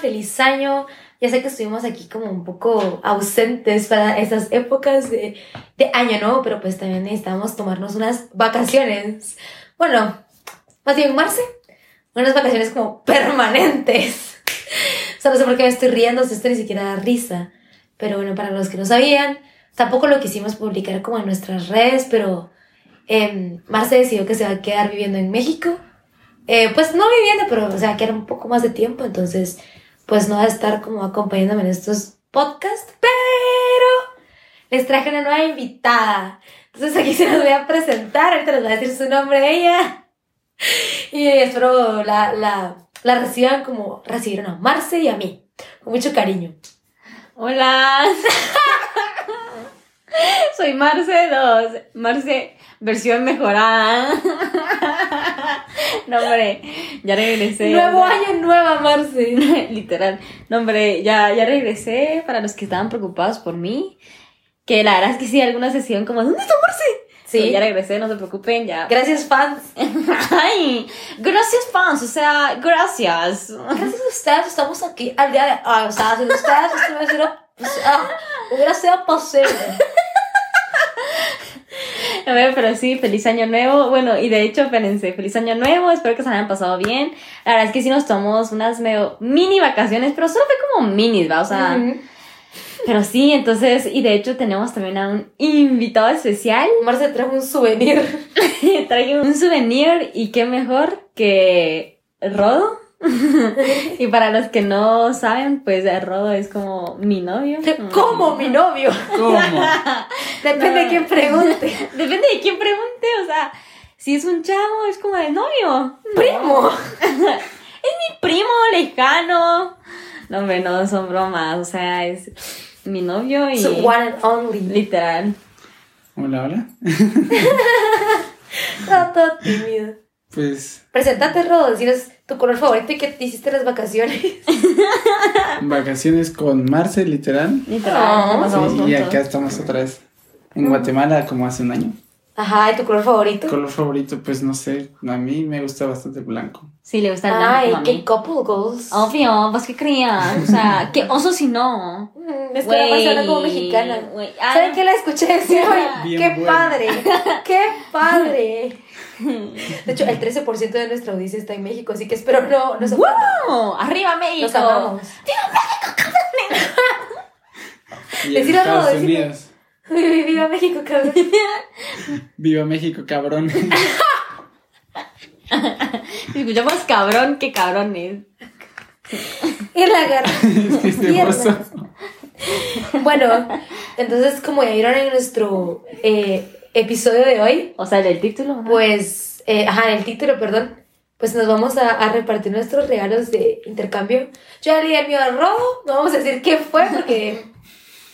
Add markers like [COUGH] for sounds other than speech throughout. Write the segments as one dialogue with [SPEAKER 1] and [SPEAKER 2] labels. [SPEAKER 1] feliz año. Ya sé que estuvimos aquí como un poco ausentes para esas épocas de, de año nuevo, pero pues también necesitamos tomarnos unas vacaciones. Bueno, más bien, Marce, unas vacaciones como permanentes. o sea, no sé por qué me estoy riendo, si esto ni siquiera da risa. Pero bueno, para los que no sabían, tampoco lo quisimos publicar como en nuestras redes, pero eh, Marce decidió que se va a quedar viviendo en México. Eh, pues no viviendo, pero o sea, que era un poco más de tiempo, entonces pues no va a estar como acompañándome en estos podcasts, pero les traje una nueva invitada. Entonces aquí se las voy a presentar, ahorita les voy a decir su nombre ella. Y espero la, la, la reciban como recibieron a Marce y a mí, con mucho cariño.
[SPEAKER 2] Hola. [LAUGHS] Soy Marce 2. Marce, versión mejorada. no, hombre, ya regresé.
[SPEAKER 1] Nuevo
[SPEAKER 2] o sea,
[SPEAKER 1] año, nueva Marce.
[SPEAKER 2] [LAUGHS] Literal. No, hombre, ya, ya regresé para los que estaban preocupados por mí. Que la verdad es que sí, algunas se hicieron como, ¿dónde está Marce?
[SPEAKER 1] Sí.
[SPEAKER 2] Pero ya regresé, no se preocupen, ya. [LAUGHS]
[SPEAKER 1] Gracias fans.
[SPEAKER 2] Ay, gracias fans, o sea, gracias.
[SPEAKER 1] Gracias a ustedes estamos aquí al día de hoy. O sea, sin ustedes esto no hubiera, pues, ah, hubiera sido posible.
[SPEAKER 2] A ver, pero sí, feliz año nuevo. Bueno, y de hecho, espérense, feliz año nuevo. Espero que se hayan pasado bien. La verdad es que sí nos tomamos unas medio mini vacaciones, pero solo fue como minis, ¿va? O sea,
[SPEAKER 1] Ujú.
[SPEAKER 2] pero sí, entonces, y de hecho tenemos también a un invitado especial.
[SPEAKER 1] Marce trajo un souvenir.
[SPEAKER 2] Trae un souvenir y qué mejor que Rodo. [LAUGHS] y para los que no saben, pues Rodo es como mi novio.
[SPEAKER 1] Como mi novio.
[SPEAKER 3] ¿Cómo?
[SPEAKER 1] Depende de quién pregunte.
[SPEAKER 2] Depende de quién pregunte, o sea, si es un chavo, es como de novio.
[SPEAKER 1] Primo.
[SPEAKER 2] primo lejano. No, hombre, no son bromas. O sea, es mi novio y.
[SPEAKER 1] Su one and only.
[SPEAKER 2] Literal.
[SPEAKER 3] Hola, hola.
[SPEAKER 1] Todo, todo tímido.
[SPEAKER 3] Pues
[SPEAKER 1] Preséntate, Rodo, decinos tu color favorito y qué te hiciste en las vacaciones.
[SPEAKER 3] vacaciones con Marce, literal.
[SPEAKER 2] Literal.
[SPEAKER 1] Oh.
[SPEAKER 2] nos pasamos
[SPEAKER 3] Sí, y
[SPEAKER 2] juntos.
[SPEAKER 3] acá estamos otra vez. En Guatemala, como hace un año.
[SPEAKER 1] Ajá, ¿y tu color favorito?
[SPEAKER 3] Color favorito, pues no sé. A mí me gusta bastante blanco.
[SPEAKER 2] Sí, le gusta el blanco
[SPEAKER 1] Ay,
[SPEAKER 2] como a mí.
[SPEAKER 1] qué couple goals.
[SPEAKER 2] Obvio, pues qué creías.
[SPEAKER 1] [LAUGHS]
[SPEAKER 2] O sea, qué oso si no.
[SPEAKER 1] Mm, es que la Marce habla como mexicana.
[SPEAKER 2] Güey, ah, ay,
[SPEAKER 1] ¿Saben qué la escuché decir
[SPEAKER 2] [LAUGHS]
[SPEAKER 1] hoy?
[SPEAKER 3] Bien
[SPEAKER 1] ¡Qué
[SPEAKER 3] buena.
[SPEAKER 1] padre! ¡Qué padre! De hecho, el 13% de nuestra audiencia está en México, así que espero no nos ofendan.
[SPEAKER 2] ¡Wow! ¡Arriba México!
[SPEAKER 1] Los amamos.
[SPEAKER 3] Y en
[SPEAKER 1] Decir algo,
[SPEAKER 3] Estados
[SPEAKER 1] decir-
[SPEAKER 3] Unidos.
[SPEAKER 1] Uy, [LAUGHS] ¡Viva México, cabrón!
[SPEAKER 3] Viva México, cabrón. [LAUGHS]
[SPEAKER 2] Si Escuchamos cabrón, qué cabrones.
[SPEAKER 1] Y la garra.
[SPEAKER 3] [LAUGHS] es
[SPEAKER 2] [LAUGHS]
[SPEAKER 3] que este
[SPEAKER 1] Piernas.
[SPEAKER 3] oso.
[SPEAKER 1] Bueno, entonces, como ya vieron en nuestro eh, episodio de hoy,
[SPEAKER 2] O sea, el del título. ¿no?
[SPEAKER 1] pues, eh, ajá, el título, perdón, pues nos vamos a, a repartir nuestros regalos de intercambio. Yo ya le di el mío a Robo, no vamos a decir qué fue
[SPEAKER 2] [LAUGHS]
[SPEAKER 1] porque...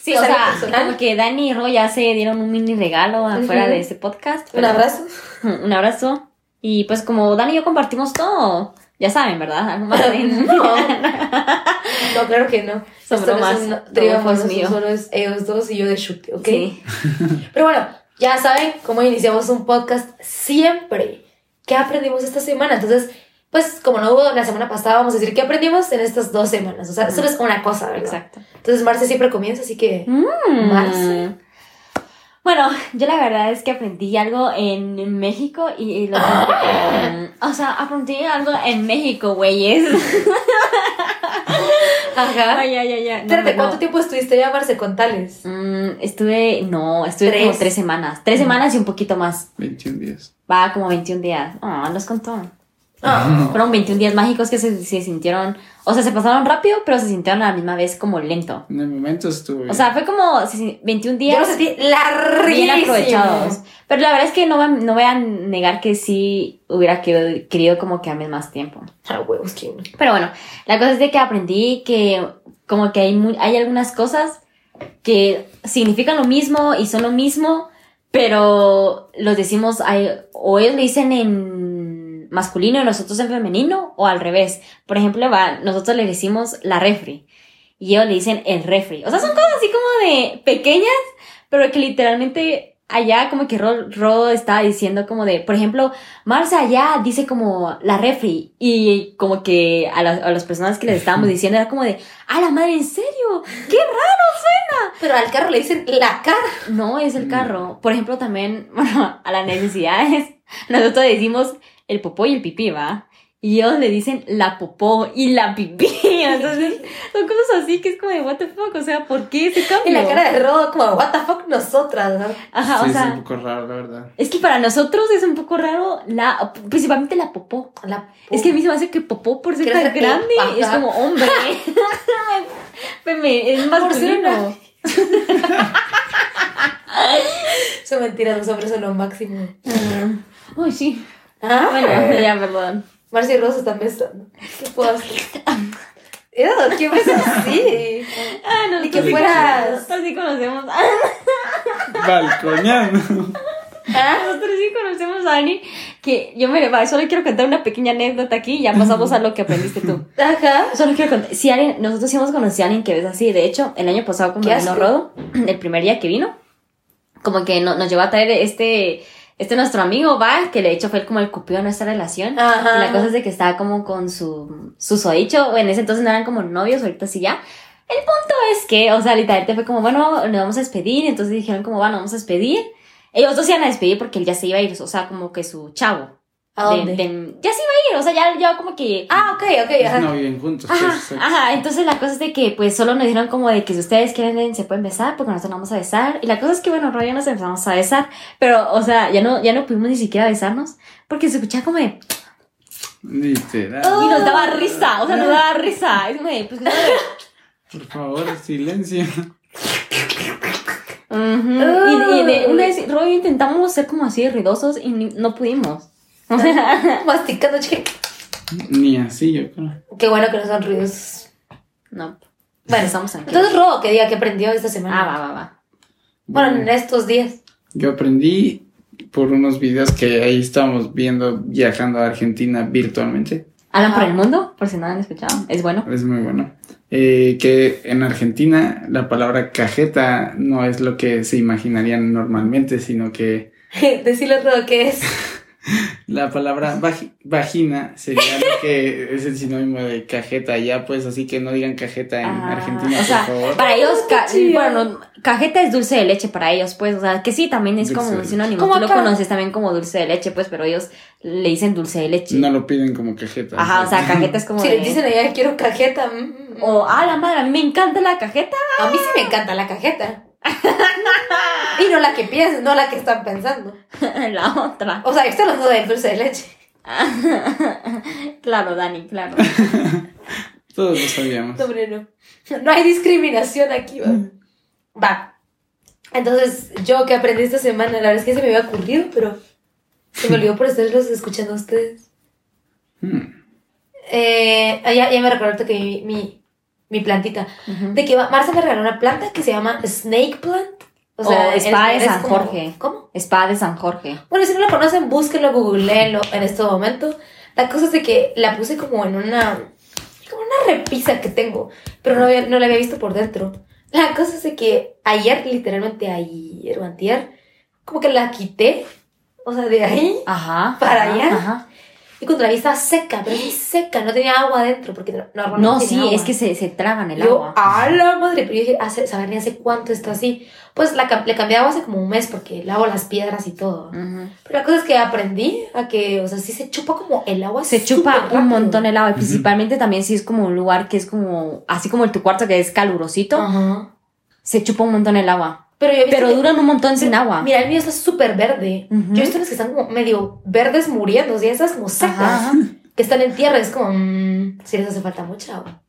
[SPEAKER 2] sí,
[SPEAKER 1] es
[SPEAKER 2] o
[SPEAKER 1] algo
[SPEAKER 2] sea,
[SPEAKER 1] personal.
[SPEAKER 2] como que Dani y Ro ya se dieron un mini regalo afuera
[SPEAKER 1] Ujú.
[SPEAKER 2] de este podcast.
[SPEAKER 1] Un
[SPEAKER 2] pero- [LAUGHS]
[SPEAKER 1] abrazo.
[SPEAKER 2] Un abrazo. Y pues como Dani y yo compartimos todo, ya saben, ¿verdad? Algo más
[SPEAKER 1] [LAUGHS]
[SPEAKER 2] bien. [LAUGHS]
[SPEAKER 1] No, no, claro que no. Esto
[SPEAKER 2] Son
[SPEAKER 1] no
[SPEAKER 2] bromas,
[SPEAKER 1] es
[SPEAKER 2] todo
[SPEAKER 1] un trío
[SPEAKER 2] fue
[SPEAKER 1] amoroso,
[SPEAKER 2] mío.
[SPEAKER 1] solo es ellos dos y yo de chute, ¿ok?
[SPEAKER 2] Sí.
[SPEAKER 1] Pero bueno, ya saben cómo iniciamos un podcast siempre. ¿Qué aprendimos esta semana? Entonces, pues como no hubo la semana pasada, vamos a decir qué aprendimos en estas dos semanas. O sea, solo es una cosa, ¿verdad? [LAUGHS]
[SPEAKER 2] Exacto.
[SPEAKER 1] Entonces Marce siempre comienza, así que...
[SPEAKER 2] Mm,
[SPEAKER 1] Marce.
[SPEAKER 2] Bueno, yo la verdad es que aprendí algo en México
[SPEAKER 1] [LAUGHS]
[SPEAKER 2] y, y lo O sea, aprendí algo en México, güeyes.
[SPEAKER 1] [LAUGHS] Ajá.
[SPEAKER 2] Ay, ay, ay, ay. No,
[SPEAKER 1] Espérate,
[SPEAKER 2] no.
[SPEAKER 1] ¿cuánto tiempo estuviste ya, Marce, con Tales?
[SPEAKER 2] Mm, estuve, no, estuve como
[SPEAKER 1] Tres.
[SPEAKER 2] tres semanas. Tres semanas y un poquito más.
[SPEAKER 3] 21 días.
[SPEAKER 2] Va como 21 días. Ah, los contó.
[SPEAKER 1] Ah.
[SPEAKER 2] Fueron 21 días mágicos que se, se sintieron, o sea, se pasaron rápido, pero se sintieron a la misma vez como lento.
[SPEAKER 3] En el momento estuve.
[SPEAKER 2] O sea, fue como se- 21
[SPEAKER 1] Yo lo
[SPEAKER 2] días
[SPEAKER 1] sentí
[SPEAKER 2] bien
[SPEAKER 1] larguísimo.
[SPEAKER 2] aprovechados. Pero la verdad es que no, va- no voy a negar que sí hubiera querido, querido como quedarme más tiempo.
[SPEAKER 1] Ah, huevos, que uno.
[SPEAKER 2] Pero bueno, la cosa es de que aprendí que como que hay, mu- hay algunas cosas que significan lo mismo y son lo mismo, pero los decimos, hay- o ellos lo dicen en masculino y nosotros en femenino, o al revés. Por ejemplo, va, nosotros le decimos la refri y ellos le dicen el refri. O sea, son cosas así como de pequeñas, pero que literalmente allá como que Ro, Ro estaba diciendo como de, por ejemplo, Marcia allá dice como la refri y como que a, las- a las personas que les estábamos diciendo era como de, a la madre, ¿en serio? ¡Qué
[SPEAKER 1] Pero al carro le dicen la cara.
[SPEAKER 2] raro! No, es el
[SPEAKER 3] Mm.
[SPEAKER 2] carro. Por ejemplo, también, [LAUGHS] bueno, a las necesidades, nosotros decimos el popó y el pipí, ¿va? Y ellos le dicen la popó y la pipí. [LAUGHS] Entonces, son cosas así que es como de, what the fuck, o sea, ¿por qué ese cambio?
[SPEAKER 1] Y la cara de Rodo como, what the fuck, nosotras, ¿no?
[SPEAKER 2] Ajá,
[SPEAKER 3] sí,
[SPEAKER 2] o sea...
[SPEAKER 3] es un poco raro, la verdad.
[SPEAKER 2] Es que para nosotros es un poco raro la, principalmente la popó.
[SPEAKER 1] La
[SPEAKER 2] Es que a mí se me hace que popó por ser
[SPEAKER 1] Crece
[SPEAKER 2] tan
[SPEAKER 1] que-
[SPEAKER 2] grande
[SPEAKER 1] ajá.
[SPEAKER 2] es
[SPEAKER 1] [LAUGHS]
[SPEAKER 2] como hombre. Feme- es masculino.
[SPEAKER 1] una- [LAUGHS] Son mentiras, los hombres son lo máximo.
[SPEAKER 2] Uy, Mm. sí.
[SPEAKER 1] ¿Ah?
[SPEAKER 2] Bueno, ya, perdón.
[SPEAKER 1] Marcia y Rodo se están besando. ¿Qué puedo
[SPEAKER 2] [LAUGHS]
[SPEAKER 1] hacer? Ew, ¿Qué ves así?
[SPEAKER 2] Ah, no,
[SPEAKER 1] Ni que
[SPEAKER 2] así
[SPEAKER 1] fueras-
[SPEAKER 2] conocemos, Nosotros sí conocemos. Ah, [LAUGHS]
[SPEAKER 3] Balconeando.
[SPEAKER 1] ¿Ah?
[SPEAKER 2] nosotros sí conocemos a Ani. Que yo me va, solo quiero contar una pequeña anécdota aquí y ya pasamos a lo que aprendiste tú.
[SPEAKER 1] Ajá.
[SPEAKER 2] Solo quiero contar. Si alguien, nosotros sí hemos conocido a alguien que ves así. De hecho, el año pasado cuando
[SPEAKER 1] Qué
[SPEAKER 2] vino
[SPEAKER 1] asco.
[SPEAKER 2] Rodo, [CLEARS THROAT] el primer día que vino, como que no- nos llevó a traer este, este nuestro amigo, va, que de hecho fue como el cupido de nuestra relación.
[SPEAKER 1] Ajá.
[SPEAKER 2] La cosa es de que estaba como con su, su sodicho, o en ese entonces no eran como novios, ahorita sí ya. El punto es que, o sea, literalmente fue como, bueno, nos vamos a despedir, entonces dijeron como, bueno, vamos a despedir. Ellos dos se iban a despedir porque él ya se iba a ir, o sea, como que su chavo.
[SPEAKER 1] ¿A dónde?
[SPEAKER 2] de- de- ya se iba a ir, o sea, ya, ya como que...
[SPEAKER 1] Ah, ok, ok, ajá.
[SPEAKER 3] Pues, No viven juntos.
[SPEAKER 2] Ajá,
[SPEAKER 3] pues, exacto.
[SPEAKER 2] ajá, entonces la cosa es de que pues solo nos dijeron como de que si ustedes quieren se pueden besar porque nosotros nos vamos a besar y la cosa es que bueno, Roy y yo nos empezamos a besar, pero o sea, ya no ya no pudimos ni siquiera besarnos porque se escuchaba como de,
[SPEAKER 3] Literal.
[SPEAKER 2] y nos daba risa, o sea, nos daba risa, es como de, pues, como de,
[SPEAKER 3] Por favor, silencio.
[SPEAKER 2] ujú, y, y de una vez Roy y yo intentamos ser como así de ruidosos y ni- no pudimos. O sea, [LAUGHS]
[SPEAKER 1] [LAUGHS] Masticando, che.
[SPEAKER 3] Ni así, yo creo.
[SPEAKER 1] Qué bueno que no son ruidos.
[SPEAKER 2] no.
[SPEAKER 1] Bueno,
[SPEAKER 2] estamos aquí.
[SPEAKER 1] Entonces, Rodo, que diga que aprendió esta
[SPEAKER 2] Ah,
[SPEAKER 1] semana.
[SPEAKER 2] va, va, va.
[SPEAKER 1] Bueno, en estos días. [LAUGHS]
[SPEAKER 3] Yo aprendí por unos videos que ahí estábamos viendo viajando a Argentina virtualmente.
[SPEAKER 2] Hablan por
[SPEAKER 1] Ah.
[SPEAKER 2] el mundo, por si no lo han escuchado, es bueno.
[SPEAKER 3] Es muy bueno. Eh, que en Argentina la palabra cajeta no es lo que se imaginarían normalmente, sino que
[SPEAKER 1] Decirle, Rodo, que es.
[SPEAKER 3] la palabra vagi- vagina sería lo que es el sinónimo de cajeta allá, pues así que no digan cajeta en
[SPEAKER 2] Ah,
[SPEAKER 3] Argentina,
[SPEAKER 2] o sea,
[SPEAKER 3] por favor.
[SPEAKER 2] Para ellos, ca-
[SPEAKER 1] chido.
[SPEAKER 2] bueno, cajeta es dulce de leche para ellos, pues, o sea, que sí, también es
[SPEAKER 3] Dulce
[SPEAKER 2] como
[SPEAKER 3] de
[SPEAKER 2] un
[SPEAKER 3] leche.
[SPEAKER 2] sinónimo.
[SPEAKER 1] Como
[SPEAKER 2] Tú lo
[SPEAKER 1] acá.
[SPEAKER 2] conoces también como dulce de leche, pues, pero ellos le dicen dulce de leche.
[SPEAKER 3] No lo piden como cajeta.
[SPEAKER 2] Ajá, o sea, cajeta es como
[SPEAKER 1] Si
[SPEAKER 2] de-
[SPEAKER 1] le dicen allá, quiero cajeta. mm, mm, mm.
[SPEAKER 2] O, ah, la madre, a mí me encanta la cajeta. [LAUGHS]
[SPEAKER 1] A mí sí me encanta la cajeta. y no la que piensan, no la que están pensando.
[SPEAKER 2] la otra.
[SPEAKER 1] O sea, estoy hablando del dulce de leche.
[SPEAKER 2] claro, Dani, claro.
[SPEAKER 3] Todos lo sabíamos.
[SPEAKER 1] No, hombre, no. No hay discriminación aquí, va. Va. Entonces, yo que aprendí esta semana, la verdad es que se me había ocurrido, pero se me olvidó por estarlos escuchando a ustedes.
[SPEAKER 3] Hmm.
[SPEAKER 1] Eh, ah, ya, ya me recuerdo que mi, mi, mi plantita.
[SPEAKER 2] Ujú.
[SPEAKER 1] De que va- Marcia me regaló una planta que se llama Snake Plant. O
[SPEAKER 2] O
[SPEAKER 1] sea,
[SPEAKER 2] Spa de
[SPEAKER 1] es
[SPEAKER 2] San
[SPEAKER 1] como-
[SPEAKER 2] Oh, Jorge.
[SPEAKER 1] ¿Cómo?
[SPEAKER 2] Spa de San Jorge.
[SPEAKER 1] Bueno, si no la conocen, búsquenlo, googleenlo en este momento. La cosa es de que la puse como en una. como una repisa que tengo, pero no, había- no la había visto por dentro. La cosa es de que ayer, literalmente ayer o antier, como que la quité, o sea, de ahí,
[SPEAKER 2] Ajá.
[SPEAKER 1] ¿Para
[SPEAKER 2] ajá,
[SPEAKER 1] allá? Ah,
[SPEAKER 2] Ajá.
[SPEAKER 1] y cuando la vi estaba seca, pero sí seca, no tenía agua adentro, porque no- normalmente.
[SPEAKER 2] No,
[SPEAKER 1] tiene
[SPEAKER 2] sí,
[SPEAKER 1] agua.
[SPEAKER 2] es que se, se tragan el
[SPEAKER 1] Yo,
[SPEAKER 2] agua.
[SPEAKER 1] a la madre, pero yo dije, hace, saber ni hace cuánto está así. Pues la, cam- le cambié de agua hace como un mes porque lavo las piedras y todo.
[SPEAKER 2] Ujú.
[SPEAKER 1] Pero la cosa es que aprendí a que, o sea, sí se chupa como el agua.
[SPEAKER 2] Se chupa un montón el agua, y principalmente también si es como un lugar que es como, así como el tu cuarto que es calurosito,
[SPEAKER 1] Ajá.
[SPEAKER 2] se chupa un montón el agua.
[SPEAKER 1] Pero yo he visto
[SPEAKER 2] Pero
[SPEAKER 1] que-
[SPEAKER 2] duran un montón sin
[SPEAKER 1] pero,
[SPEAKER 2] agua.
[SPEAKER 1] Mira, el mío está súper verde.
[SPEAKER 2] Ujú.
[SPEAKER 1] Yo he visto los que están como medio verdes muriendo, o sea, esas como secas,
[SPEAKER 2] Ajá.
[SPEAKER 1] que están en tierra, es como, mmm, si les hace falta mucha agua.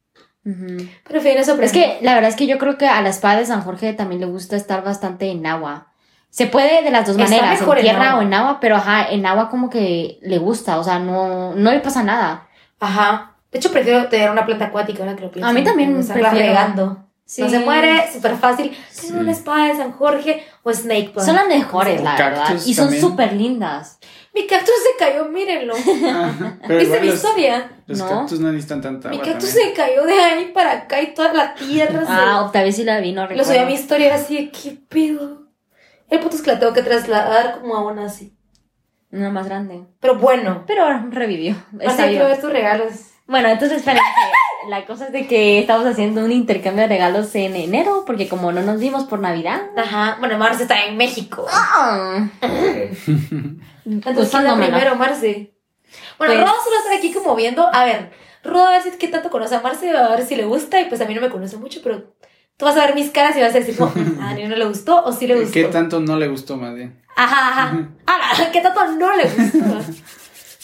[SPEAKER 2] Ujú.
[SPEAKER 1] Pero en fin, eso
[SPEAKER 2] Pero es
[SPEAKER 1] aprendí.
[SPEAKER 2] que la verdad es que yo creo que a la espada de San Jorge también le gusta estar bastante en agua. Se puede de las dos
[SPEAKER 1] Está
[SPEAKER 2] maneras,
[SPEAKER 1] mejor
[SPEAKER 2] en
[SPEAKER 1] en
[SPEAKER 2] tierra
[SPEAKER 1] agua.
[SPEAKER 2] o en agua, pero ajá, en agua como que le gusta, o sea, no, no le pasa nada.
[SPEAKER 1] Ajá. De hecho, prefiero tener una planta acuática ahora que lo pienso.
[SPEAKER 2] A mí también
[SPEAKER 1] Como estarla
[SPEAKER 2] prefiero.
[SPEAKER 1] regando. No se muere, súper fácil.
[SPEAKER 3] Sí.
[SPEAKER 1] Tiene una espada de San Jorge o Snake Plant.
[SPEAKER 2] Son las mejores,
[SPEAKER 3] O
[SPEAKER 2] la verdad.
[SPEAKER 3] cactus
[SPEAKER 2] Y son
[SPEAKER 3] también.
[SPEAKER 2] súper lindas.
[SPEAKER 1] Mi cactus se cayó, mírenlo.
[SPEAKER 3] Ajá. [LAUGHS] Pero
[SPEAKER 1] ¿Viste
[SPEAKER 3] igual
[SPEAKER 1] mi
[SPEAKER 3] los,
[SPEAKER 1] historia?
[SPEAKER 3] los
[SPEAKER 2] No.
[SPEAKER 3] cactus no necesitan tanta
[SPEAKER 1] Mi
[SPEAKER 3] agua.
[SPEAKER 1] cactus
[SPEAKER 3] también.
[SPEAKER 1] se cayó de ahí para acá y toda la tierra se
[SPEAKER 2] Ah, Octavio sí la vi, no recuerdo.
[SPEAKER 1] Lo subí a mi historia era así de qué pedo. El punto es que la tengo que trasladar como a una así.
[SPEAKER 2] Una más grande.
[SPEAKER 1] Pero bueno,
[SPEAKER 2] Pero revivió. Está
[SPEAKER 1] hasta quiero
[SPEAKER 2] viva.
[SPEAKER 1] ver tus regalos.
[SPEAKER 2] Bueno, entonces
[SPEAKER 1] [LAUGHS]
[SPEAKER 2] esperen. que La cosa es de que estamos haciendo un intercambio de regalos en enero, porque como no nos vimos por Navidad,
[SPEAKER 1] Ajá. Bueno, Marce está en México. Pues Entonces, ¿quién da
[SPEAKER 2] usándomela.
[SPEAKER 1] primero, Marce? Bueno,
[SPEAKER 2] Pues-
[SPEAKER 1] Rodo solo está aquí como viendo. A ver, Rodo a ver si qué tanto conoce a Marce, a ver si le gusta. Y pues a mí no me conoce mucho, pero tú vas a ver mis caras y vas a
[SPEAKER 2] [LAUGHS]
[SPEAKER 1] decir, no, a Daniel no le gustó o sí le gustó.
[SPEAKER 3] ¿Qué tanto no le gustó más bien?
[SPEAKER 1] Ajá, ajá. Ala, [LAUGHS] ¿Qué tanto no le gustó?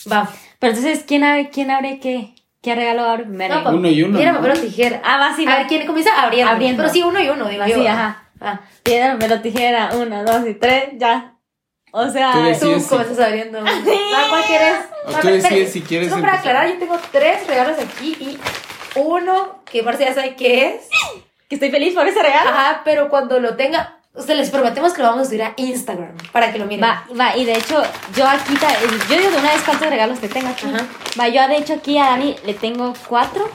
[SPEAKER 1] Va.
[SPEAKER 2] Pero entonces, ¿quién abre, quién abre qué? ¿Qué regalo abre primero?
[SPEAKER 1] No, pa-
[SPEAKER 3] Uno y uno,
[SPEAKER 1] Piedra,
[SPEAKER 3] ¿no?
[SPEAKER 1] papel o tijera.
[SPEAKER 2] ah, va, sí,
[SPEAKER 1] a
[SPEAKER 2] va.
[SPEAKER 1] ver, ¿quién comienza? Abriendo.
[SPEAKER 2] Abriendo.
[SPEAKER 1] Pero sí, uno y uno, digo
[SPEAKER 2] Va,
[SPEAKER 1] yo.
[SPEAKER 2] sí, ajá.
[SPEAKER 1] Ah,
[SPEAKER 2] Piedra, papel o tijera. Una, dos y tres, ya. O sea,
[SPEAKER 3] Tú
[SPEAKER 1] ah, tú
[SPEAKER 3] Sí, sí.
[SPEAKER 1] comienzas
[SPEAKER 2] [LAUGHS]
[SPEAKER 1] abriendo. uno. Va, ¿Cuál quieres?
[SPEAKER 3] O
[SPEAKER 1] Va,
[SPEAKER 3] tú
[SPEAKER 1] espérate.
[SPEAKER 3] decides si quieres
[SPEAKER 1] Solo para
[SPEAKER 3] empezar.
[SPEAKER 1] aclarar, yo tengo tres regalos aquí y uno que Marcia ya sabe qué es.
[SPEAKER 2] que estoy feliz por ese regalo.
[SPEAKER 1] Ajá, pero cuando lo tenga, o sea, les prometemos que lo vamos a subir a Instagram para que lo miren.
[SPEAKER 2] Va, va, y de hecho, yo aquí, ta- eh, yo digo de una vez cuántos regalos te tengo aquí.
[SPEAKER 1] Ajá.
[SPEAKER 2] Va, yo de hecho aquí a Dani le tengo cuatro,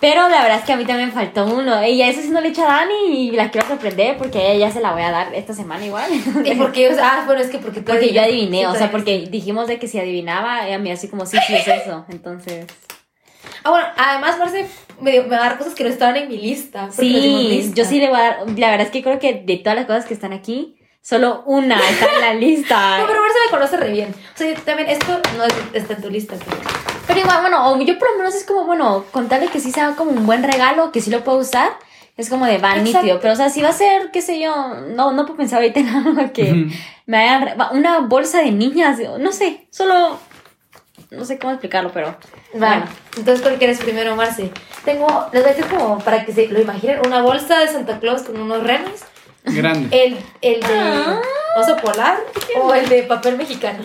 [SPEAKER 2] pero la verdad es que a mí también faltó uno. Y a eso sí no le he hecho a Dani y la quiero sorprender porque a ella ya se la voy a dar esta semana igual. [LAUGHS]
[SPEAKER 1] ¿Y por qué? O sea, ah, bueno, es que porque tú
[SPEAKER 2] Porque yo
[SPEAKER 1] adivinas.
[SPEAKER 2] adiviné,
[SPEAKER 1] Sí,
[SPEAKER 2] o
[SPEAKER 1] tú
[SPEAKER 2] sea,
[SPEAKER 1] adivinas.
[SPEAKER 2] porque dijimos de que si adivinaba, y a mí así como, sí, sí,
[SPEAKER 1] [LAUGHS]
[SPEAKER 2] es eso. Entonces,
[SPEAKER 1] Ah, bueno, además, Marce me, dio- me va a dar cosas que no estaban en mi lista. porque no tengo
[SPEAKER 2] sí,
[SPEAKER 1] lista.
[SPEAKER 2] yo sí le voy a dar, la verdad es que creo que de todas las cosas que están aquí, solo una está en la lista.
[SPEAKER 1] [LAUGHS] No, pero Marce me conoce re bien. O sea, yo también, esto no es- está en tu lista, pero...
[SPEAKER 2] Pero igual, bueno, o yo por lo menos es como, bueno, contarle que sí sea como un buen regalo, que sí lo puedo usar, es como de van
[SPEAKER 1] Exacto.
[SPEAKER 2] nítido. Pero, o sea, si va a ser, qué sé yo, no, no puedo pensar ahorita [LAUGHS] en algo que
[SPEAKER 3] Ujú.
[SPEAKER 2] me hagan re- va, una bolsa de niñas, no sé, solo, no sé cómo explicarlo, pero
[SPEAKER 1] Bueno,
[SPEAKER 2] Bueno.
[SPEAKER 1] entonces ¿cuál quieres primero, Marce? Tengo, les voy a decir como para que se lo imaginen, una bolsa de Santa Claus con unos renos,
[SPEAKER 3] Grande.
[SPEAKER 1] el, el de
[SPEAKER 2] Ah.
[SPEAKER 1] oso polar o el de papel mexicano.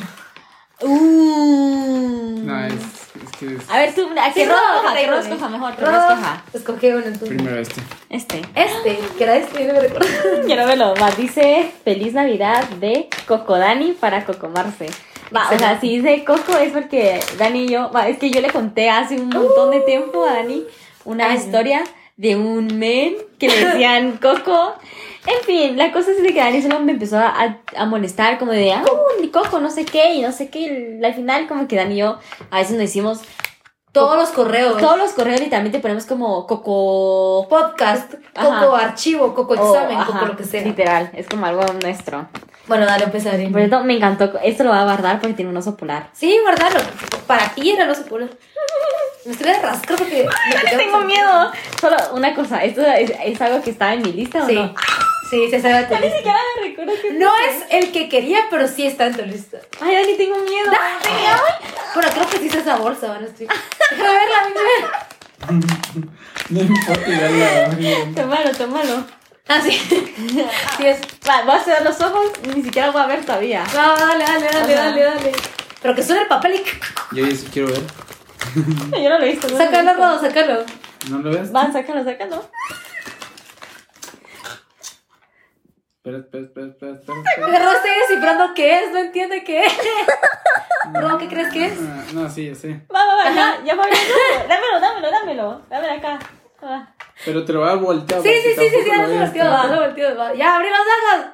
[SPEAKER 3] No, es, es que es
[SPEAKER 2] A ver, tú, ¿a qué
[SPEAKER 1] Uh. Sí,
[SPEAKER 2] rojo?
[SPEAKER 1] Rodo,
[SPEAKER 2] ¿A qué
[SPEAKER 1] Rodo.
[SPEAKER 2] rojo escoja mejor? ¿Qué rojo
[SPEAKER 1] Rodo,
[SPEAKER 2] escoja?
[SPEAKER 1] Escoge uno entonces.
[SPEAKER 3] primero este.
[SPEAKER 2] Este.
[SPEAKER 1] Este, que era este, no me recuerdo.
[SPEAKER 2] [LAUGHS] Quiero verlo. Va, dice Feliz Navidad de Coco Dani para Coco Marce. Va, o sea, si dice Coco es porque Dani y yo, va, es que yo le conté hace un montón de tiempo a Dani una
[SPEAKER 1] Ay, no.
[SPEAKER 2] historia de un men que le
[SPEAKER 1] [LAUGHS]
[SPEAKER 2] decían Coco. En fin, la cosa es de que Dani solo me empezó a, a molestar como de, ah, ni Coco, no sé qué, y no sé qué. Y al final como que Dani y yo a veces nos hicimos
[SPEAKER 1] Todos los correos.
[SPEAKER 2] todos los correos literalmente ponemos como Coco
[SPEAKER 1] Podcast,
[SPEAKER 2] Ajá.
[SPEAKER 1] coco archivo, coco
[SPEAKER 2] o,
[SPEAKER 1] examen, coco
[SPEAKER 2] ajá,
[SPEAKER 1] lo que sea.
[SPEAKER 2] Literal, es como algo nuestro.
[SPEAKER 1] Bueno, dale, empezaré.
[SPEAKER 2] Por cierto, me encantó. Esto lo va a guardar porque tiene un oso polar.
[SPEAKER 1] Sí, guardarlo. Para ti era el oso polar. Me estoy de rascar porque...
[SPEAKER 2] [LAUGHS]
[SPEAKER 1] me-
[SPEAKER 2] Tengo miedo. Solo una cosa, esto es, es algo que estaba en mi lista o
[SPEAKER 1] Sí,
[SPEAKER 2] no?
[SPEAKER 1] sí, se sabe a tu
[SPEAKER 2] Ni
[SPEAKER 1] lista.
[SPEAKER 2] siquiera me recuerdo que
[SPEAKER 1] No es el que quería, pero sí está en tu lista.
[SPEAKER 2] Ay, Dani, tengo miedo.
[SPEAKER 1] Bueno, creo que sí es esa bolsa, ahora estoy. Déjame verla, déjame verla.
[SPEAKER 3] No importa, ya la abrí.
[SPEAKER 2] Tómalo, tómalo.
[SPEAKER 1] Ah, sí. [LAUGHS] Sí es.
[SPEAKER 2] Va, voy a cerrar los ojos, ni siquiera voy a ver todavía.
[SPEAKER 1] No, dale, dale, dale,
[SPEAKER 2] Ajá.
[SPEAKER 1] dale, dale. Pero que suene el papel
[SPEAKER 3] Yo ya sí quiero ver.
[SPEAKER 2] Yo no lo he visto.
[SPEAKER 1] y.
[SPEAKER 2] no lo he
[SPEAKER 1] Sácalo,
[SPEAKER 2] visto.
[SPEAKER 1] Rodo, sácalo.
[SPEAKER 3] ¿No lo ves?
[SPEAKER 2] Va, sácalo, sácalo.
[SPEAKER 3] Espera, espera, espera, espera, espera,
[SPEAKER 1] Porque
[SPEAKER 3] espera.
[SPEAKER 1] Rodo está descifrando qué es, no entiende qué es. Rodo, ¿qué crees que es?
[SPEAKER 3] Ah, no, sí, ya sé.
[SPEAKER 2] Va, va, va, ya, ya va abriendo. Dámelo, dámelo, dámelo. Dámelo acá. Va.
[SPEAKER 3] Pero te lo voy a voltear.
[SPEAKER 1] Sí, sí, sí, sí, sí,
[SPEAKER 3] no
[SPEAKER 1] hazlo volteado, hazlo volteado. va. Ya, abrí las ojos.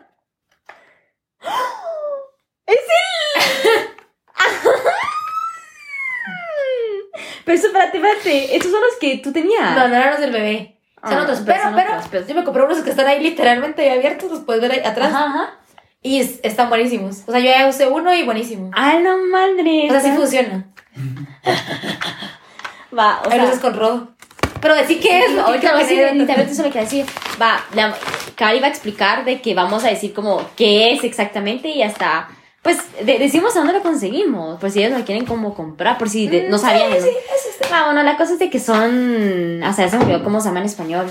[SPEAKER 2] ¡Es él! pero eso, espérate, espérate. Estos son los que tú tenías.
[SPEAKER 1] No, no eran los del bebé. Son
[SPEAKER 2] Ah,
[SPEAKER 1] otros,
[SPEAKER 2] pero
[SPEAKER 1] pero,
[SPEAKER 2] son otros,
[SPEAKER 1] pero,
[SPEAKER 2] pero-
[SPEAKER 1] yo me compré unos que están ahí literalmente abiertos, los puedes ver ahí atrás.
[SPEAKER 2] Ajá, ajá.
[SPEAKER 1] Y es- están buenísimos. O sea, yo ya usé uno y buenísimo.
[SPEAKER 2] ¡Ah, no madre!
[SPEAKER 1] O sea, sí pues, funciona.
[SPEAKER 2] Va, o
[SPEAKER 1] Ahí lo
[SPEAKER 2] sea.
[SPEAKER 1] usas con rodo. Pero decir qué es.
[SPEAKER 2] Ahorita va a decir,
[SPEAKER 1] ni
[SPEAKER 2] literalmente solo que decir. Va, la, Cari va a explicar de que vamos a decir como qué es exactamente y hasta. Pues de- decimos a dónde lo conseguimos. Por si ellos lo quieren como comprar, por si de- no sabían.
[SPEAKER 1] Mm, Sí,
[SPEAKER 2] ¿no?
[SPEAKER 1] sí, es este.
[SPEAKER 2] Ah, bueno, la cosa es de que son. O sea, ya se me olvidó cómo se llama en español.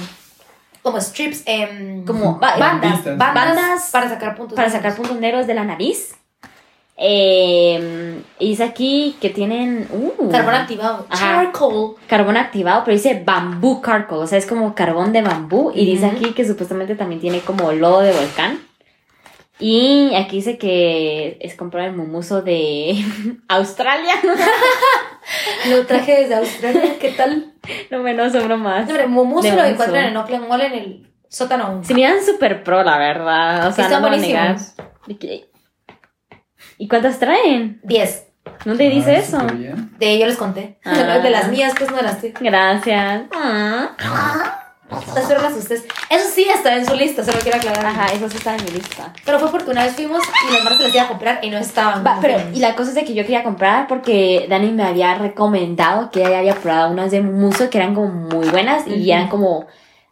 [SPEAKER 1] Como strips, em,
[SPEAKER 2] Como
[SPEAKER 1] ba- bandas,
[SPEAKER 3] Banditas.
[SPEAKER 1] bandas.
[SPEAKER 2] Bandas.
[SPEAKER 1] para sacar puntos.
[SPEAKER 2] para sacar puntos negros de la nariz. Eh, y dice aquí que tienen uh,
[SPEAKER 1] Carbón activado.
[SPEAKER 2] Ajá.
[SPEAKER 1] Charcoal.
[SPEAKER 2] carbón activado, pero dice bambú charcoal, o sea, es como carbón de bambú. Y dice
[SPEAKER 1] Ujú.
[SPEAKER 2] aquí que supuestamente también tiene como lodo de volcán. Y aquí dice que es comprar el mumuso de [LAUGHS] Australia. [LAUGHS]
[SPEAKER 1] Lo traje desde Australia. ¿Qué tal?
[SPEAKER 2] no menos, son bromas.
[SPEAKER 1] Hombre, Momus
[SPEAKER 2] De
[SPEAKER 1] lo
[SPEAKER 2] Momuso.
[SPEAKER 1] encuentran en Oakland Mall en el Sótano.
[SPEAKER 2] Se miran súper pro, la verdad. O sea,
[SPEAKER 1] Están
[SPEAKER 2] no me voy a negar.
[SPEAKER 1] buenísimos.
[SPEAKER 2] De que- ¿Y cuántas traen?
[SPEAKER 1] 10.
[SPEAKER 2] ¿No te dice
[SPEAKER 3] Ah,
[SPEAKER 2] eso?
[SPEAKER 3] súper bien.
[SPEAKER 1] De ellos les conté.
[SPEAKER 2] Ah.
[SPEAKER 1] [LAUGHS] De las mías, pues no las tuyas.
[SPEAKER 2] Gracias. Ah.
[SPEAKER 1] Espero las ustedes. Eso sí está en su lista, se lo quiero aclarar.
[SPEAKER 2] Ajá, eso sí está en mi lista.
[SPEAKER 1] Pero fue porque una vez fuimos y las marcas las iba a comprar y no estaban.
[SPEAKER 2] Va,
[SPEAKER 1] como
[SPEAKER 2] pero,
[SPEAKER 1] que-
[SPEAKER 2] y la cosa es de que yo quería comprar porque Dani me había recomendado que ella había probado unas de muso que eran como muy buenas
[SPEAKER 1] Ujú.
[SPEAKER 2] y eran como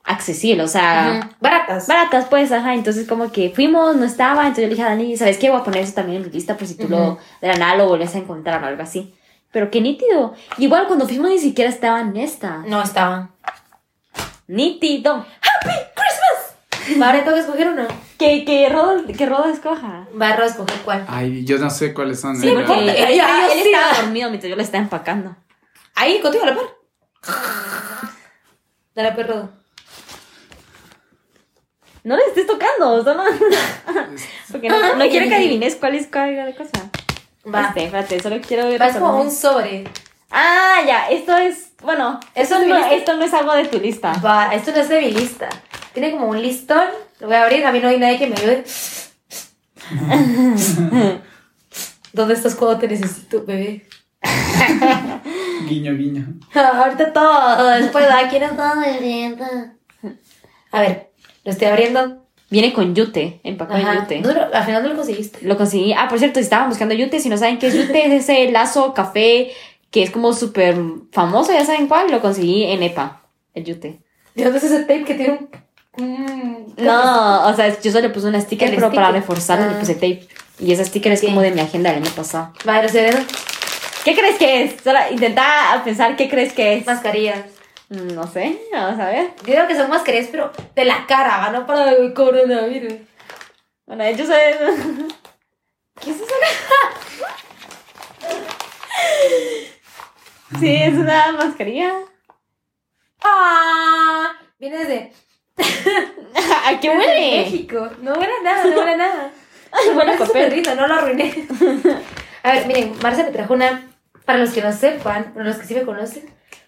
[SPEAKER 2] accesibles, o sea,
[SPEAKER 1] Ujú. Baratas.
[SPEAKER 2] baratas pues, ajá, entonces como que fuimos, no estaba, entonces yo le dije a Dani, ¿sabes qué? Voy a poner eso también en mi lista por si tú
[SPEAKER 1] Ujú.
[SPEAKER 2] lo, de la nada lo vuelves a encontrar o algo así. Pero qué nítido. Igual cuando fuimos ni siquiera estaban estas.
[SPEAKER 1] No estaban.
[SPEAKER 2] Nítido.
[SPEAKER 1] Va, Ahora tengo que escoger uno.
[SPEAKER 2] Que, que Rodo, que Rodo escoja.
[SPEAKER 1] Barro, escoger cuál.
[SPEAKER 3] Ay, yo no sé cuáles son. ¿eh?
[SPEAKER 2] Sí,
[SPEAKER 3] en
[SPEAKER 2] porque
[SPEAKER 3] verdad.
[SPEAKER 2] él,
[SPEAKER 1] Ya, ya,
[SPEAKER 2] él
[SPEAKER 1] sí.
[SPEAKER 2] estaba dormido mientras yo lo estaba empacando.
[SPEAKER 1] Ahí, contigo a la par. Dale, perro.
[SPEAKER 2] No le estés tocando, solo. [LAUGHS] Porque no, no quiero que adivines cuál es cada cosa.
[SPEAKER 1] Va.
[SPEAKER 2] Espérate, espérate, solo quiero ver.
[SPEAKER 1] Va, es como
[SPEAKER 2] recordar.
[SPEAKER 1] un sobre.
[SPEAKER 2] Ah, ya, esto es. Bueno,
[SPEAKER 1] ¿Esto
[SPEAKER 2] esto,
[SPEAKER 1] es mi
[SPEAKER 2] no,
[SPEAKER 1] lista?
[SPEAKER 2] esto no es algo de tu lista.
[SPEAKER 1] Va, esto no es de mi lista. Tiene como un listón. Lo voy a abrir. A mí no hay nadie que me ayude. ¿Dónde estás cuando te necesito, bebé? [LAUGHS]
[SPEAKER 3] Guiño, guiño.
[SPEAKER 1] Ahorita todo. Después, ¿a quién es todo de rienda? A ver, lo estoy abriendo.
[SPEAKER 2] Viene con yute, empacado en
[SPEAKER 1] Ajá.
[SPEAKER 2] yute.
[SPEAKER 1] No, no, al final no lo conseguiste.
[SPEAKER 2] Lo conseguí. Ah, por cierto, si estaban buscando yute, si no saben qué es yute, es ese lazo café que es como súper famoso, ya saben cuál, lo conseguí en EPA, el yute.
[SPEAKER 1] ¿De dónde es ese tape que tiene un... un-
[SPEAKER 2] No, o sea, yo solo le puse una sticker,
[SPEAKER 1] El
[SPEAKER 2] pero para
[SPEAKER 1] sticker.
[SPEAKER 2] reforzarlo
[SPEAKER 1] Ah.
[SPEAKER 2] le puse tape. Y esa sticker es
[SPEAKER 1] Ok.
[SPEAKER 2] como de mi agenda del año pasado.
[SPEAKER 1] Madre, sereno.
[SPEAKER 2] ¿Qué crees que es? Solo intenta pensar qué crees que es.
[SPEAKER 1] Mascarillas.
[SPEAKER 2] Mm, No sé, vamos a ver.
[SPEAKER 1] Yo digo que son mascarillas, pero de la cara, ¿va? no para el coronavirus.
[SPEAKER 2] Bueno, yo sé. [LAUGHS] ¿Qué es eso? [LAUGHS] sí, es una mascarilla.
[SPEAKER 1] ¡Ah! Viene desde,
[SPEAKER 2] [LAUGHS] ¿A qué
[SPEAKER 1] desde
[SPEAKER 2] huele?
[SPEAKER 1] México. No huele a nada, no huele a [LAUGHS] nada.
[SPEAKER 2] [LAUGHS] Ay, huele a
[SPEAKER 1] Parece
[SPEAKER 2] papel.
[SPEAKER 1] perrito, no lo arruiné. [LAUGHS] A ver, miren, Marcia me trajo una... Para los que no sepan, para los que sí me conocen,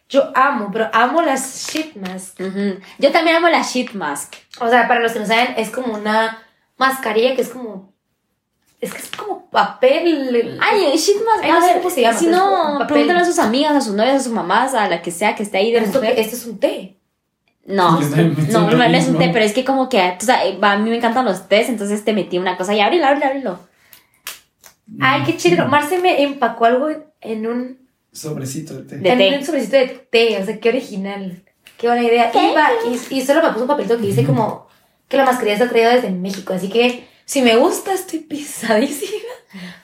[SPEAKER 1] yo amo, pero amo las sheet masks.
[SPEAKER 2] Ujú. Yo también amo la sheet mask.
[SPEAKER 1] O sea, para los que no saben, es como una mascarilla que es como... Es que es como papel.
[SPEAKER 2] Ay, sheet mask.
[SPEAKER 1] Ay, no
[SPEAKER 2] a
[SPEAKER 1] sé
[SPEAKER 2] ver,
[SPEAKER 1] cómo se llama,
[SPEAKER 2] Si
[SPEAKER 1] pero es como un
[SPEAKER 2] no,
[SPEAKER 1] papel.
[SPEAKER 2] pregúntale a sus amigas, a sus novias, a sus mamás, a la que sea que esté ahí de
[SPEAKER 1] Pero esto,
[SPEAKER 2] mujer.
[SPEAKER 1] esto es un té.
[SPEAKER 2] No,
[SPEAKER 3] Yo también pensé
[SPEAKER 2] no,
[SPEAKER 3] lo
[SPEAKER 2] no es
[SPEAKER 3] mismo.
[SPEAKER 2] un té, pero es que como que, o sea, eh, va, a mí me encantan los tés, entonces te metí una cosa y ábrelo, ábrelo, ábrelo.
[SPEAKER 3] Mm,
[SPEAKER 1] Ay, qué chido. Marce me empacó algo en un,
[SPEAKER 3] Sobrecito de té.
[SPEAKER 2] De
[SPEAKER 1] en
[SPEAKER 2] té.
[SPEAKER 1] un sobrecito de té. O sea, qué original. Qué buena idea. Y, va- y, y solo me puso un papelito que dice como que la mascarilla está traída desde México. Así que si me gusta, estoy pisadísima.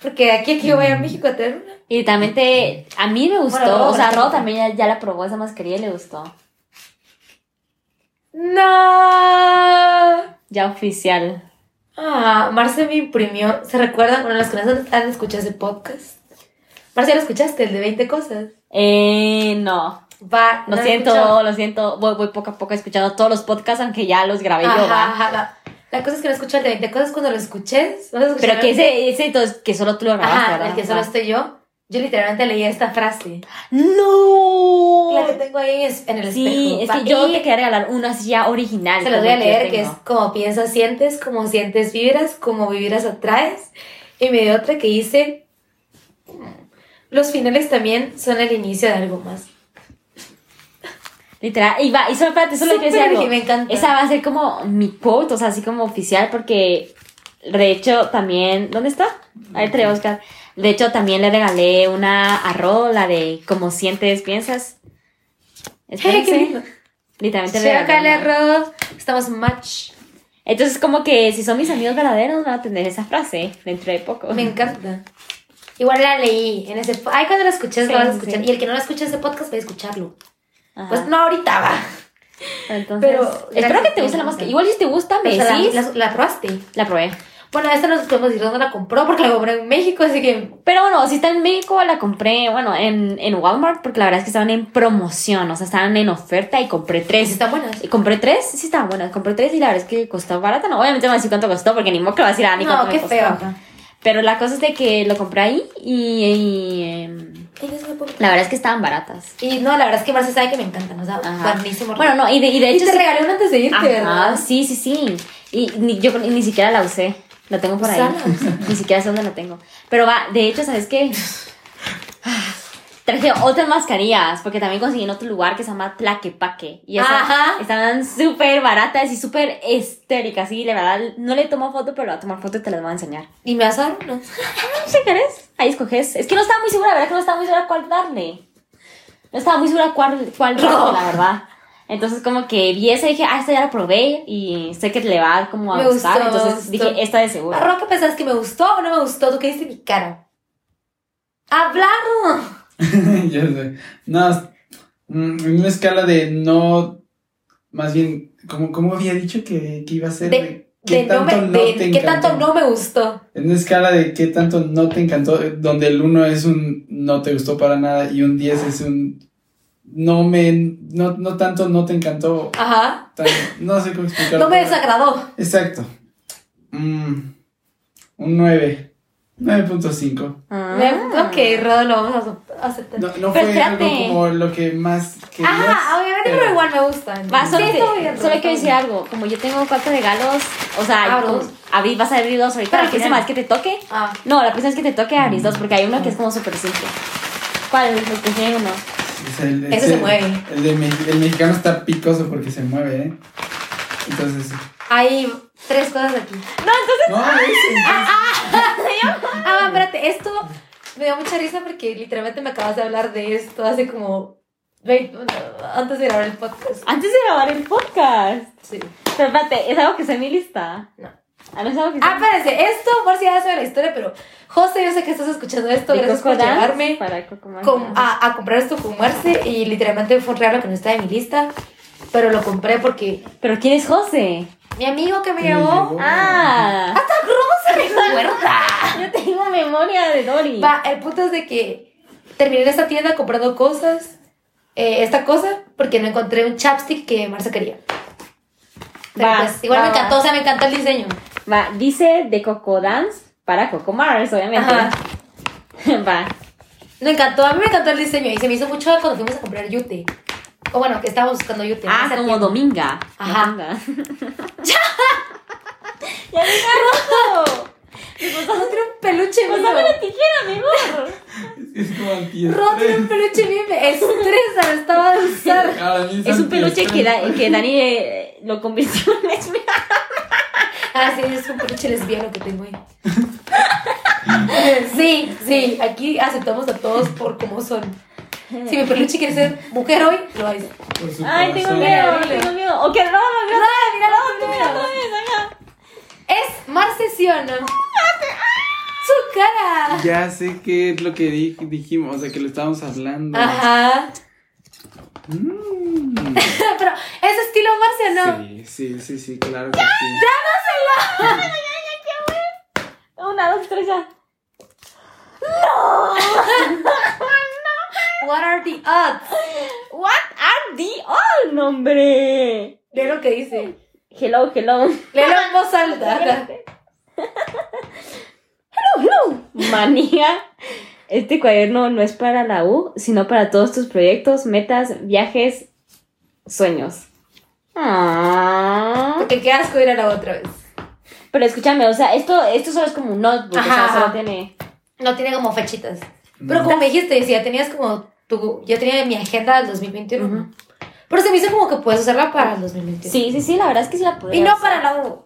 [SPEAKER 1] Porque de aquí a que yo vaya a México a tener una.
[SPEAKER 2] Y también te, a mí me gustó,
[SPEAKER 1] Bueno,
[SPEAKER 2] o sea,
[SPEAKER 1] bueno.
[SPEAKER 2] Ro también ya, ya la probó esa mascarilla y le gustó.
[SPEAKER 1] ¡No!
[SPEAKER 2] Ya oficial.
[SPEAKER 1] Ah, Marce me imprimió. ¿Se recuerdan? Bueno, las que no han- han escuchado ese podcast. Marce, ¿ya lo escuchaste? El de 20 cosas.
[SPEAKER 2] Eh, no.
[SPEAKER 1] Va,
[SPEAKER 2] Lo
[SPEAKER 1] no he
[SPEAKER 2] siento,
[SPEAKER 1] escuchado.
[SPEAKER 2] lo siento. Voy, voy poco a poco escuchando todos los podcasts, aunque ya los grabé yo,
[SPEAKER 1] Ajá,
[SPEAKER 2] va.
[SPEAKER 1] ajá, va. La cosa es que no escuché el de 20 cosas cuando lo escuches. vas a escuchar
[SPEAKER 2] Pero que
[SPEAKER 1] el-
[SPEAKER 2] ese, ese entonces, que solo tú lo grabaste,
[SPEAKER 1] Ajá,
[SPEAKER 2] ¿verdad?
[SPEAKER 1] el que solo
[SPEAKER 2] Va.
[SPEAKER 1] estoy yo. Yo literalmente leía esta frase. La que
[SPEAKER 2] ¡No!
[SPEAKER 1] tengo ahí en, es- en el
[SPEAKER 2] Oh. Sí,
[SPEAKER 1] espejo.
[SPEAKER 2] es
[SPEAKER 1] va,
[SPEAKER 2] que yo
[SPEAKER 1] y
[SPEAKER 2] te quería regalar una así ya original.
[SPEAKER 1] se los
[SPEAKER 2] como
[SPEAKER 1] voy a
[SPEAKER 2] yo
[SPEAKER 1] leer, que es
[SPEAKER 2] tengo.
[SPEAKER 1] como piensas, sientes, como sientes, vibras, como vibras, atraes. Y me dio otra que dice, "Mm, los finales también son el inicio de algo
[SPEAKER 2] [LAUGHS]
[SPEAKER 1] más.
[SPEAKER 2] Literal, y va, y solo espérate, solo quiero decir
[SPEAKER 1] Súper,
[SPEAKER 2] algo.
[SPEAKER 1] me encanta.
[SPEAKER 2] Esa va a ser como mi quote, o sea, así como oficial, porque de hecho también. ¿Dónde está? Ahí trae Oscar. De hecho, también le regalé una arrola de como
[SPEAKER 1] [LAUGHS]
[SPEAKER 2] sientes, piensas.
[SPEAKER 1] Hey, qué
[SPEAKER 2] Espérense.
[SPEAKER 1] lindo.
[SPEAKER 2] Literalmente le
[SPEAKER 1] Llega Carla
[SPEAKER 2] regalé. una.
[SPEAKER 1] Ross, estamos match.
[SPEAKER 2] Entonces, como que si son mis amigos verdaderos, van a tener esa frase dentro de poco.
[SPEAKER 1] Me encanta. Igual la leí en ese... po- Ay, cuando la escuches,
[SPEAKER 2] Sí,
[SPEAKER 1] la vas a
[SPEAKER 2] sí,
[SPEAKER 1] escuchar.
[SPEAKER 2] sí. Ah.
[SPEAKER 1] Y el que no la escuche ese podcast, va a escucharlo.
[SPEAKER 2] Ajá.
[SPEAKER 1] Pues no ahorita, va.
[SPEAKER 2] Entonces,
[SPEAKER 1] pero
[SPEAKER 2] espero que
[SPEAKER 1] gracias,
[SPEAKER 2] te guste la
[SPEAKER 1] me encanta.
[SPEAKER 2] máscara. Igual si te gusta, me
[SPEAKER 1] Pues, O sea,
[SPEAKER 2] decís.
[SPEAKER 1] la, la- la probaste.
[SPEAKER 2] la probé.
[SPEAKER 1] Bueno, esta no nos podemos decir dónde la compró porque la compró en México, así que
[SPEAKER 2] Pero bueno, si está en México, la compré, bueno, en, en Walmart, porque la verdad es que estaban en promoción, o sea, estaban en oferta y compré
[SPEAKER 1] pues,
[SPEAKER 2] tres.
[SPEAKER 1] están buenas.
[SPEAKER 2] Y compré tres, sí estaban buenas, compré tres y la verdad es que costó barata, no, obviamente no voy a decir cuánto costó, porque ni modo que lo voy a decir a Ani
[SPEAKER 1] No,
[SPEAKER 2] cuánto me
[SPEAKER 1] qué
[SPEAKER 2] costó.
[SPEAKER 1] feo. ajá.
[SPEAKER 2] Pero la cosa es de que lo compré ahí y, y, em,
[SPEAKER 1] Ellos me ponen-
[SPEAKER 2] La verdad es que estaban baratas.
[SPEAKER 1] Y no, la verdad es que Marce sabe que me encantan, o sea,
[SPEAKER 2] Ajá.
[SPEAKER 1] buenísimo.
[SPEAKER 2] Bueno, no, y de, y de
[SPEAKER 1] y
[SPEAKER 2] hecho...
[SPEAKER 1] te
[SPEAKER 2] sí-
[SPEAKER 1] regalé una antes de irte,
[SPEAKER 2] Ajá,
[SPEAKER 1] ¿verdad?
[SPEAKER 2] sí, sí, sí. Y ni, yo ni siquiera la usé. La tengo por ahí.
[SPEAKER 1] Usala.
[SPEAKER 2] [LAUGHS] ni siquiera sé dónde la tengo. Pero va, de hecho, ¿sabes qué? Traje otras mascarillas, porque también conseguí en otro lugar que se llama Tlaquepaque. Y esas
[SPEAKER 1] Ajá.
[SPEAKER 2] estaban súper baratas y súper estéricas. Y la verdad, no le tomo foto, pero le voy a tomar foto y te las voy a enseñar.
[SPEAKER 1] Y me vas a dar una.
[SPEAKER 2] ¿Qué querés? Ahí escoges. Es que no estaba muy segura, la verdad que no estaba muy segura cuál darle. No estaba muy segura cuál, cuál darle, la verdad. Entonces como que vi esa y dije, ah, esta ya la probé y sé que le va a como a
[SPEAKER 1] Me
[SPEAKER 2] gustar.
[SPEAKER 1] gustó,
[SPEAKER 2] Entonces
[SPEAKER 1] gustó.
[SPEAKER 2] dije, esta de seguro.
[SPEAKER 1] Arroba, ¿qué pensás? pues, ¿Que me gustó o no me gustó? ¿Tú qué diste mi cara? ¡Hablaron!
[SPEAKER 3] [LAUGHS] Ya sé. No, es- mm, en una escala de no. Más bien, ¿cómo, cómo había dicho que, que iba a ser?
[SPEAKER 1] De-
[SPEAKER 3] ¿Qué
[SPEAKER 1] De no me, de
[SPEAKER 3] te
[SPEAKER 1] ¿Qué tanto
[SPEAKER 3] encantó?
[SPEAKER 1] no me gustó?
[SPEAKER 3] En una escala de qué tanto no te encantó, eh, donde el 1 es un no te gustó para nada y un 10 es un no me. No, no tanto no te encantó.
[SPEAKER 1] Ajá.
[SPEAKER 3] tan- no sé cómo explicarlo.
[SPEAKER 1] No me desagradó.
[SPEAKER 3] Exacto. Mm, un 9. 9.5.
[SPEAKER 2] Ah.
[SPEAKER 1] Me- Ok, Rodo, lo vamos a aceptar.
[SPEAKER 3] No, no
[SPEAKER 2] Pero
[SPEAKER 3] fue
[SPEAKER 2] espérate.
[SPEAKER 3] algo como lo que más querías.
[SPEAKER 1] Ajá, Ah, obviamente, pero,
[SPEAKER 3] pero-
[SPEAKER 1] igual me gustan.
[SPEAKER 2] Va, solo,
[SPEAKER 1] Sí,
[SPEAKER 2] que-
[SPEAKER 1] estuvo bien,
[SPEAKER 2] solo
[SPEAKER 1] Rodo,
[SPEAKER 2] quiero
[SPEAKER 1] estuvo
[SPEAKER 2] decir
[SPEAKER 1] bien.
[SPEAKER 2] algo. Como yo tengo cuatro regalos, o sea,
[SPEAKER 1] Abro
[SPEAKER 2] como-
[SPEAKER 1] dos.
[SPEAKER 2] abrí, vas a abrir dos ahorita.
[SPEAKER 1] Pero
[SPEAKER 2] la
[SPEAKER 1] al
[SPEAKER 2] próxima vez
[SPEAKER 1] final.
[SPEAKER 2] que te toque.
[SPEAKER 1] Ah,
[SPEAKER 2] No, la próxima vez que te toque abrís dos, porque hay uno que es como súper simple. ¿Cuál? Lo que tiene uno.
[SPEAKER 3] Es el-
[SPEAKER 1] Ese
[SPEAKER 3] es
[SPEAKER 1] se
[SPEAKER 3] el-
[SPEAKER 1] mueve.
[SPEAKER 3] El, de me- el mexicano está picoso porque se mueve, ¿eh?
[SPEAKER 1] [LAUGHS]
[SPEAKER 3] Entonces.
[SPEAKER 1] hay tres cosas aquí.
[SPEAKER 3] No, es.
[SPEAKER 1] Ah, espérate, esto me da mucha risa porque literalmente me acabas de hablar de esto hace como. veinte- Antes de grabar el podcast.
[SPEAKER 2] Antes de grabar el podcast.
[SPEAKER 1] Sí.
[SPEAKER 2] Pero espérate, ¿es algo que está en mi lista?
[SPEAKER 1] No.
[SPEAKER 2] Ah, no es algo que
[SPEAKER 1] Ah, espérense, esto, por si ya saben la historia, pero José, yo sé que estás escuchando esto,
[SPEAKER 2] de
[SPEAKER 1] gracias por
[SPEAKER 2] Coco Dance
[SPEAKER 1] llevarme
[SPEAKER 2] Para Coco
[SPEAKER 1] con- a, a comprar esto con Marce y literalmente fue un regalo que no estaba en mi lista, pero lo compré porque
[SPEAKER 2] Pero ¿quién es José?
[SPEAKER 1] mi amigo que me
[SPEAKER 3] ¿Quién le
[SPEAKER 1] llevó [LAUGHS]
[SPEAKER 3] llevó?
[SPEAKER 2] Ah,
[SPEAKER 1] se recuerda.
[SPEAKER 2] yo tengo memoria de Dory.
[SPEAKER 1] Va, el punto es de que terminé en esta tienda comprando cosas, eh, esta cosa, porque no encontré un chapstick que Marce quería. Pero
[SPEAKER 2] Va,
[SPEAKER 1] pues, igual
[SPEAKER 2] va,
[SPEAKER 1] me
[SPEAKER 2] va.
[SPEAKER 1] encantó, o sea, me encantó el diseño.
[SPEAKER 2] Va, dice de Coco Dance para Coco Mars, obviamente.
[SPEAKER 1] Ajá.
[SPEAKER 2] [LAUGHS] Va.
[SPEAKER 1] Me encantó, a mí me encantó el diseño y se me hizo mucho cuando fuimos a comprar yute. O bueno, que estábamos buscando yute. en
[SPEAKER 2] Ah,
[SPEAKER 1] esa
[SPEAKER 2] como
[SPEAKER 1] tienda.
[SPEAKER 2] Dominga.
[SPEAKER 1] Ajá.
[SPEAKER 2] [LAUGHS] Dominga. ¡Ya! ¡Ya me agarró!
[SPEAKER 1] Rodo tiene un
[SPEAKER 2] [LAUGHS]
[SPEAKER 1] peluche
[SPEAKER 2] Pues
[SPEAKER 1] mío.
[SPEAKER 2] dame la tijera, mi amor.
[SPEAKER 3] Es, es como
[SPEAKER 1] Rodo tiene un
[SPEAKER 3] antiestrés.
[SPEAKER 1] peluche mío y
[SPEAKER 2] [LAUGHS]
[SPEAKER 1] me estresa, lo estaba de usar.
[SPEAKER 3] Ahora mismo
[SPEAKER 2] Es un peluche que,
[SPEAKER 3] antiestrés.
[SPEAKER 2] da- que Dani eh, lo convirtió [LAUGHS] en lesbiana.
[SPEAKER 1] Ah, sí, es un peluche lesbiano que tengo ahí.
[SPEAKER 3] [LAUGHS]
[SPEAKER 1] Sí, sí, aquí aceptamos a todos por como son. Si mi peluche quiere ser mujer hoy, lo es.
[SPEAKER 3] Por su
[SPEAKER 2] Ay, tengo
[SPEAKER 3] corazón.
[SPEAKER 2] miedo,
[SPEAKER 1] Dile, dile.
[SPEAKER 2] tengo miedo. Ok, no, no, no,
[SPEAKER 1] No, mira, no,
[SPEAKER 2] no, no,
[SPEAKER 1] mira,
[SPEAKER 2] no, no, no, no.
[SPEAKER 1] Es Marce, ¿sí o no? ¡Su cara!
[SPEAKER 3] Ya sé qué es lo que di- dijimos, o sea, que lo estábamos hablando.
[SPEAKER 1] Ajá. [LAUGHS]
[SPEAKER 3] Mm.
[SPEAKER 1] Pero, ¿es estilo Marce o [LAUGHS] no?
[SPEAKER 3] Sí, sí, sí, sí, claro que sí.
[SPEAKER 2] Una, dos, tres, ya.
[SPEAKER 1] What are the odds?
[SPEAKER 2] What are the all, nombre?
[SPEAKER 1] Lee lo que dice.
[SPEAKER 2] Hello, hello.
[SPEAKER 1] Léelo en voz alta.
[SPEAKER 2] Manía. Este cuaderno no es para la U, sino para todos tus proyectos, metas, viajes, sueños. Ah.
[SPEAKER 1] Porque qué asco ir a la otra vez.
[SPEAKER 2] Pero escúchame, o sea, esto, esto solo es como un notebook, o
[SPEAKER 1] Ajá,
[SPEAKER 2] sea, solo
[SPEAKER 1] ajá.
[SPEAKER 2] tiene.
[SPEAKER 1] No tiene como fechitas. Pero como me dijiste, si ya tenías como tu... Yo tenía mi agenda del 2021.
[SPEAKER 2] Ujú.
[SPEAKER 1] Pero se me hizo como que puedes usarla para el 2021.
[SPEAKER 2] Sí, sí, sí, la verdad es que sí la podría
[SPEAKER 1] Y no
[SPEAKER 2] usar.
[SPEAKER 1] para la U.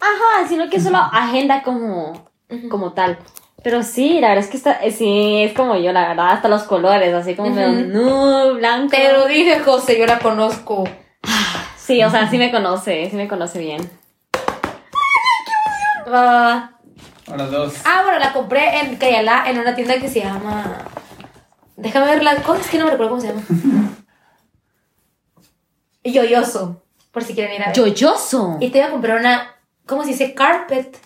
[SPEAKER 2] Ajá, sino que solo agenda como,
[SPEAKER 1] Ujú.
[SPEAKER 2] como tal. Pero sí, la verdad es que está, eh, sí, es como yo, la verdad, hasta los colores, así como medio
[SPEAKER 1] Ujú.
[SPEAKER 2] nude, blanco.
[SPEAKER 1] Te lo dije, José, yo la conozco.
[SPEAKER 2] Sí, o sea, sí me conoce, sí me conoce bien.
[SPEAKER 1] Ah,
[SPEAKER 3] Ahora dos.
[SPEAKER 1] ah, bueno, la compré en Cayalá en una tienda que se llama... Déjame ver las cosas que no me recuerdo cómo [LAUGHS] se llama. Yoyoso, por si quieren ir a ver.
[SPEAKER 2] Yoyoso.
[SPEAKER 1] Y te iba a comprar una... ¿Cómo se dice? Carpet.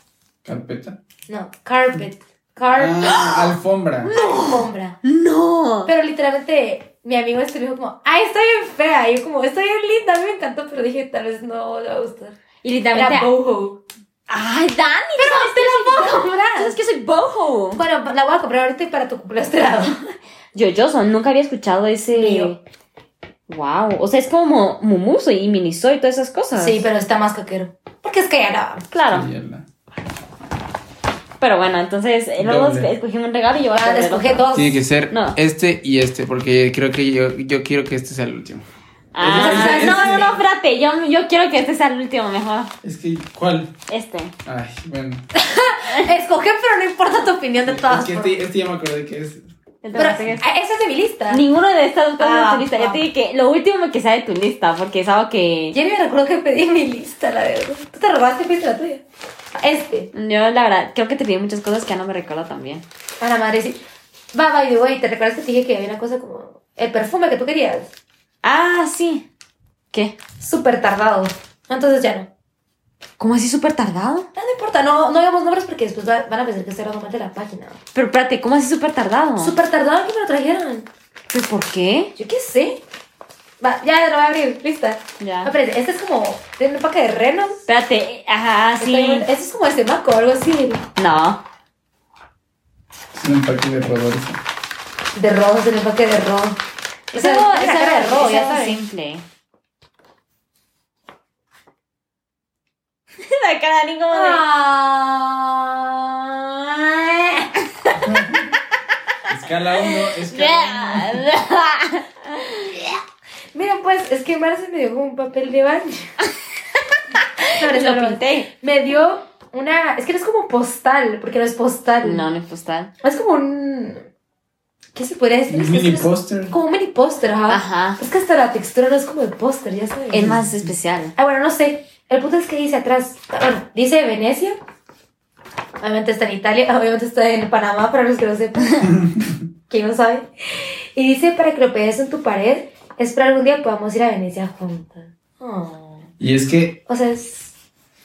[SPEAKER 3] ¿Carpeta?
[SPEAKER 1] No, carpet. Carpet.
[SPEAKER 3] Ah, alfombra.
[SPEAKER 1] Alfombra.
[SPEAKER 2] No.
[SPEAKER 1] Pero literalmente mi amigo este me dijo como, ay, está bien fea. Y yo como, está bien linda, a mí me encantó, pero dije, tal vez no le va a gustar.
[SPEAKER 2] Y
[SPEAKER 1] Era
[SPEAKER 2] literalmente.
[SPEAKER 1] boho.
[SPEAKER 2] Ay, Dani, pero
[SPEAKER 1] te la puedo comprar.
[SPEAKER 2] Sabes que soy boho.
[SPEAKER 1] Bueno, la voy a comprar ahorita y para tu cumpleaños te la doy.
[SPEAKER 2] Yoyoso, nunca había escuchado
[SPEAKER 1] Ni
[SPEAKER 2] ese.
[SPEAKER 1] yo.
[SPEAKER 2] Wow. O sea, es como Mumuso y Miniso y todas esas cosas.
[SPEAKER 1] Sí, pero está más coquero. Porque es que ya la-
[SPEAKER 2] Claro.
[SPEAKER 3] Mierda.
[SPEAKER 2] Pero bueno, entonces eh, luego
[SPEAKER 3] Doble.
[SPEAKER 2] escogí un regalo y yo voy a
[SPEAKER 1] Ah,
[SPEAKER 2] perder
[SPEAKER 1] escoge
[SPEAKER 2] otro.
[SPEAKER 1] dos.
[SPEAKER 4] Tiene que ser
[SPEAKER 2] No.
[SPEAKER 4] este y este, porque creo que yo, yo quiero que este sea el último.
[SPEAKER 2] Ah,
[SPEAKER 1] Ese- ese-
[SPEAKER 2] no, no,
[SPEAKER 1] ese-
[SPEAKER 2] no, espérate. Yo, yo quiero que este sea el último mejor.
[SPEAKER 3] Es que, ¿cuál?
[SPEAKER 2] Este.
[SPEAKER 3] Ay, bueno.
[SPEAKER 1] Escoge, pero no importa tu opinión de todas
[SPEAKER 3] Es que
[SPEAKER 1] formas.
[SPEAKER 3] este, este ya me acordé que es.
[SPEAKER 2] El de
[SPEAKER 1] Pero
[SPEAKER 2] Brasil.
[SPEAKER 1] ah, esa es de mi lista.
[SPEAKER 2] Ninguno de estas cosas
[SPEAKER 1] Ah,
[SPEAKER 2] de tu lista.
[SPEAKER 1] ah.
[SPEAKER 2] Yo te dije que lo último que sea de tu lista, porque es algo que.
[SPEAKER 1] Yo ni me recuerdo que pedí mi lista, la verdad. Tú te robaste, pediste la tuya. Este.
[SPEAKER 2] Yo, la verdad, creo que te pedí muchas cosas que ya no me recuerdo también.
[SPEAKER 1] A la madre, sí. Va, by the way, ¿te recuerdas que te dije que había una cosa como el perfume que tú querías?
[SPEAKER 2] Ah, sí. ¿Qué?
[SPEAKER 1] Súper tardado. Entonces ya no.
[SPEAKER 2] ¿Cómo así súper tardado?
[SPEAKER 1] No, no importa, no, no digamos nombres porque después va- van a pensar que esto era nomás de la página.
[SPEAKER 2] Pero espérate, ¿cómo así súper tardado?
[SPEAKER 1] Súper tardado que me lo trajeron.
[SPEAKER 2] ¿Pero por qué?
[SPEAKER 1] Yo qué sé. Va, ya lo voy a abrir, lista.
[SPEAKER 2] Ya.
[SPEAKER 1] Ah, espérate, este es como de un empaque de renos.
[SPEAKER 2] Espérate, eh, ajá,
[SPEAKER 1] Está bien,
[SPEAKER 2] sí.
[SPEAKER 1] Este es como de maco o algo así.
[SPEAKER 2] No.
[SPEAKER 3] Es un empaque de Rodolfo.
[SPEAKER 1] De rojo, del empaque de rojo. O
[SPEAKER 2] Es
[SPEAKER 1] sea,
[SPEAKER 2] algo,
[SPEAKER 1] es
[SPEAKER 2] es
[SPEAKER 1] la cara de
[SPEAKER 2] algo-
[SPEAKER 1] rojo,
[SPEAKER 2] es
[SPEAKER 1] ya
[SPEAKER 2] algo
[SPEAKER 1] sabes.
[SPEAKER 2] simple. [LAUGHS] La cara de Ani como de-
[SPEAKER 1] Ah.
[SPEAKER 3] Escala 1, escala
[SPEAKER 1] Mira, pues, es que Marce me dio como un papel de baño. [LAUGHS] No, no, no,
[SPEAKER 2] Lo
[SPEAKER 1] no.
[SPEAKER 2] pinté.
[SPEAKER 1] Me dio una... Es que no es como postal, porque no es postal.
[SPEAKER 2] No, no es postal.
[SPEAKER 1] Es como un... ¿Qué se podría decir? Es
[SPEAKER 3] 1.
[SPEAKER 1] que
[SPEAKER 3] Mini
[SPEAKER 1] es como-
[SPEAKER 3] póster.
[SPEAKER 1] Como un mini póster, ajá.
[SPEAKER 2] Ajá. Mm.
[SPEAKER 1] Es que hasta la textura no es como de póster, ya sabes.
[SPEAKER 2] Es Ah. más especial.
[SPEAKER 1] Ah, bueno, no sé. El punto es que dice atrás, ah, bueno, dice Venecia. Obviamente está en Italia, [LAUGHS] obviamente está en Panamá, para los que no
[SPEAKER 3] [LAUGHS]
[SPEAKER 1] sepan. ¿Quién no sabe? Y dice, para que lo pegues en tu pared, es para algún día podamos ir a Venecia juntas. Oh.
[SPEAKER 3] Y es que
[SPEAKER 1] O sea, es...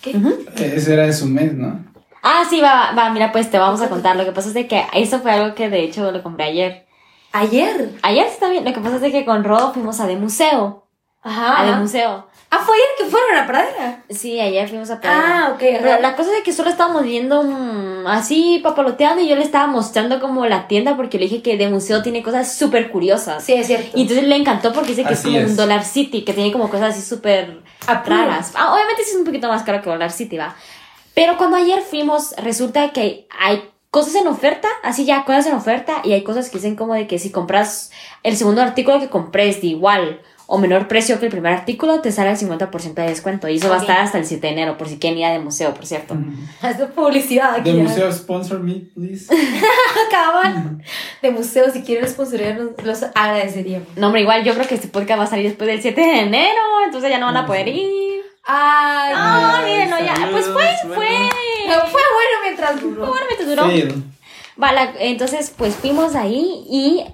[SPEAKER 1] ¿Qué?
[SPEAKER 3] ese era de su mes, ¿no?
[SPEAKER 2] Ah, sí, va, va, va, mira, pues te vamos a contar. Lo que pasa es de que eso fue algo que de hecho lo compré ayer.
[SPEAKER 1] ¿Ayer?
[SPEAKER 2] Ayer sí también, lo que pasa es de que con Rodo fuimos a de museo. A de
[SPEAKER 1] Ajá.
[SPEAKER 2] museo.
[SPEAKER 1] Ah, fue ayer que fueron a la pradera.
[SPEAKER 2] Sí, ayer fuimos a Praga.
[SPEAKER 1] Ah, ok.
[SPEAKER 2] Pero
[SPEAKER 1] ajá.
[SPEAKER 2] la cosa es que solo estábamos viendo mm, así papaloteando y yo le estaba mostrando como la tienda porque le dije que de museo tiene cosas súper curiosas.
[SPEAKER 1] Sí, es cierto.
[SPEAKER 2] Y entonces le encantó porque dice que es
[SPEAKER 3] Así
[SPEAKER 2] como
[SPEAKER 3] es.
[SPEAKER 2] un Dollar City, que tiene como cosas así súper
[SPEAKER 1] Ah, puro. [LAUGHS]
[SPEAKER 2] raras. Ah, obviamente sí es un poquito más caro que Dollar City, va. Pero cuando ayer fuimos, resulta que hay cosas en oferta, así ya, cosas en oferta, y hay cosas que dicen como de que si compras el segundo artículo que compres de igual o menor precio que el primer artículo, te sale el 50% de descuento. Y eso va a
[SPEAKER 1] Ok.
[SPEAKER 2] estar hasta el 7 de enero, por si quieren ir a de museo, por cierto.
[SPEAKER 1] Haz de publicidad aquí.
[SPEAKER 3] De
[SPEAKER 1] ya.
[SPEAKER 3] museo, sponsor me,
[SPEAKER 1] [LAUGHS]
[SPEAKER 3] please.
[SPEAKER 1] acaban de museo, si quieren sponsorearnos, los agradeceríamos.
[SPEAKER 2] No, hombre, igual yo creo que este podcast va a salir después del 7 de enero, entonces ya no van a poder ir.
[SPEAKER 1] Ay,
[SPEAKER 2] No,
[SPEAKER 3] Ay,
[SPEAKER 2] miren, no, ya. Pues fue,
[SPEAKER 4] saludos,
[SPEAKER 2] fue.
[SPEAKER 1] no, fue bueno mientras duró.
[SPEAKER 2] Bueno, me duró.
[SPEAKER 3] Fail.
[SPEAKER 2] Va, la- entonces, pues fuimos ahí y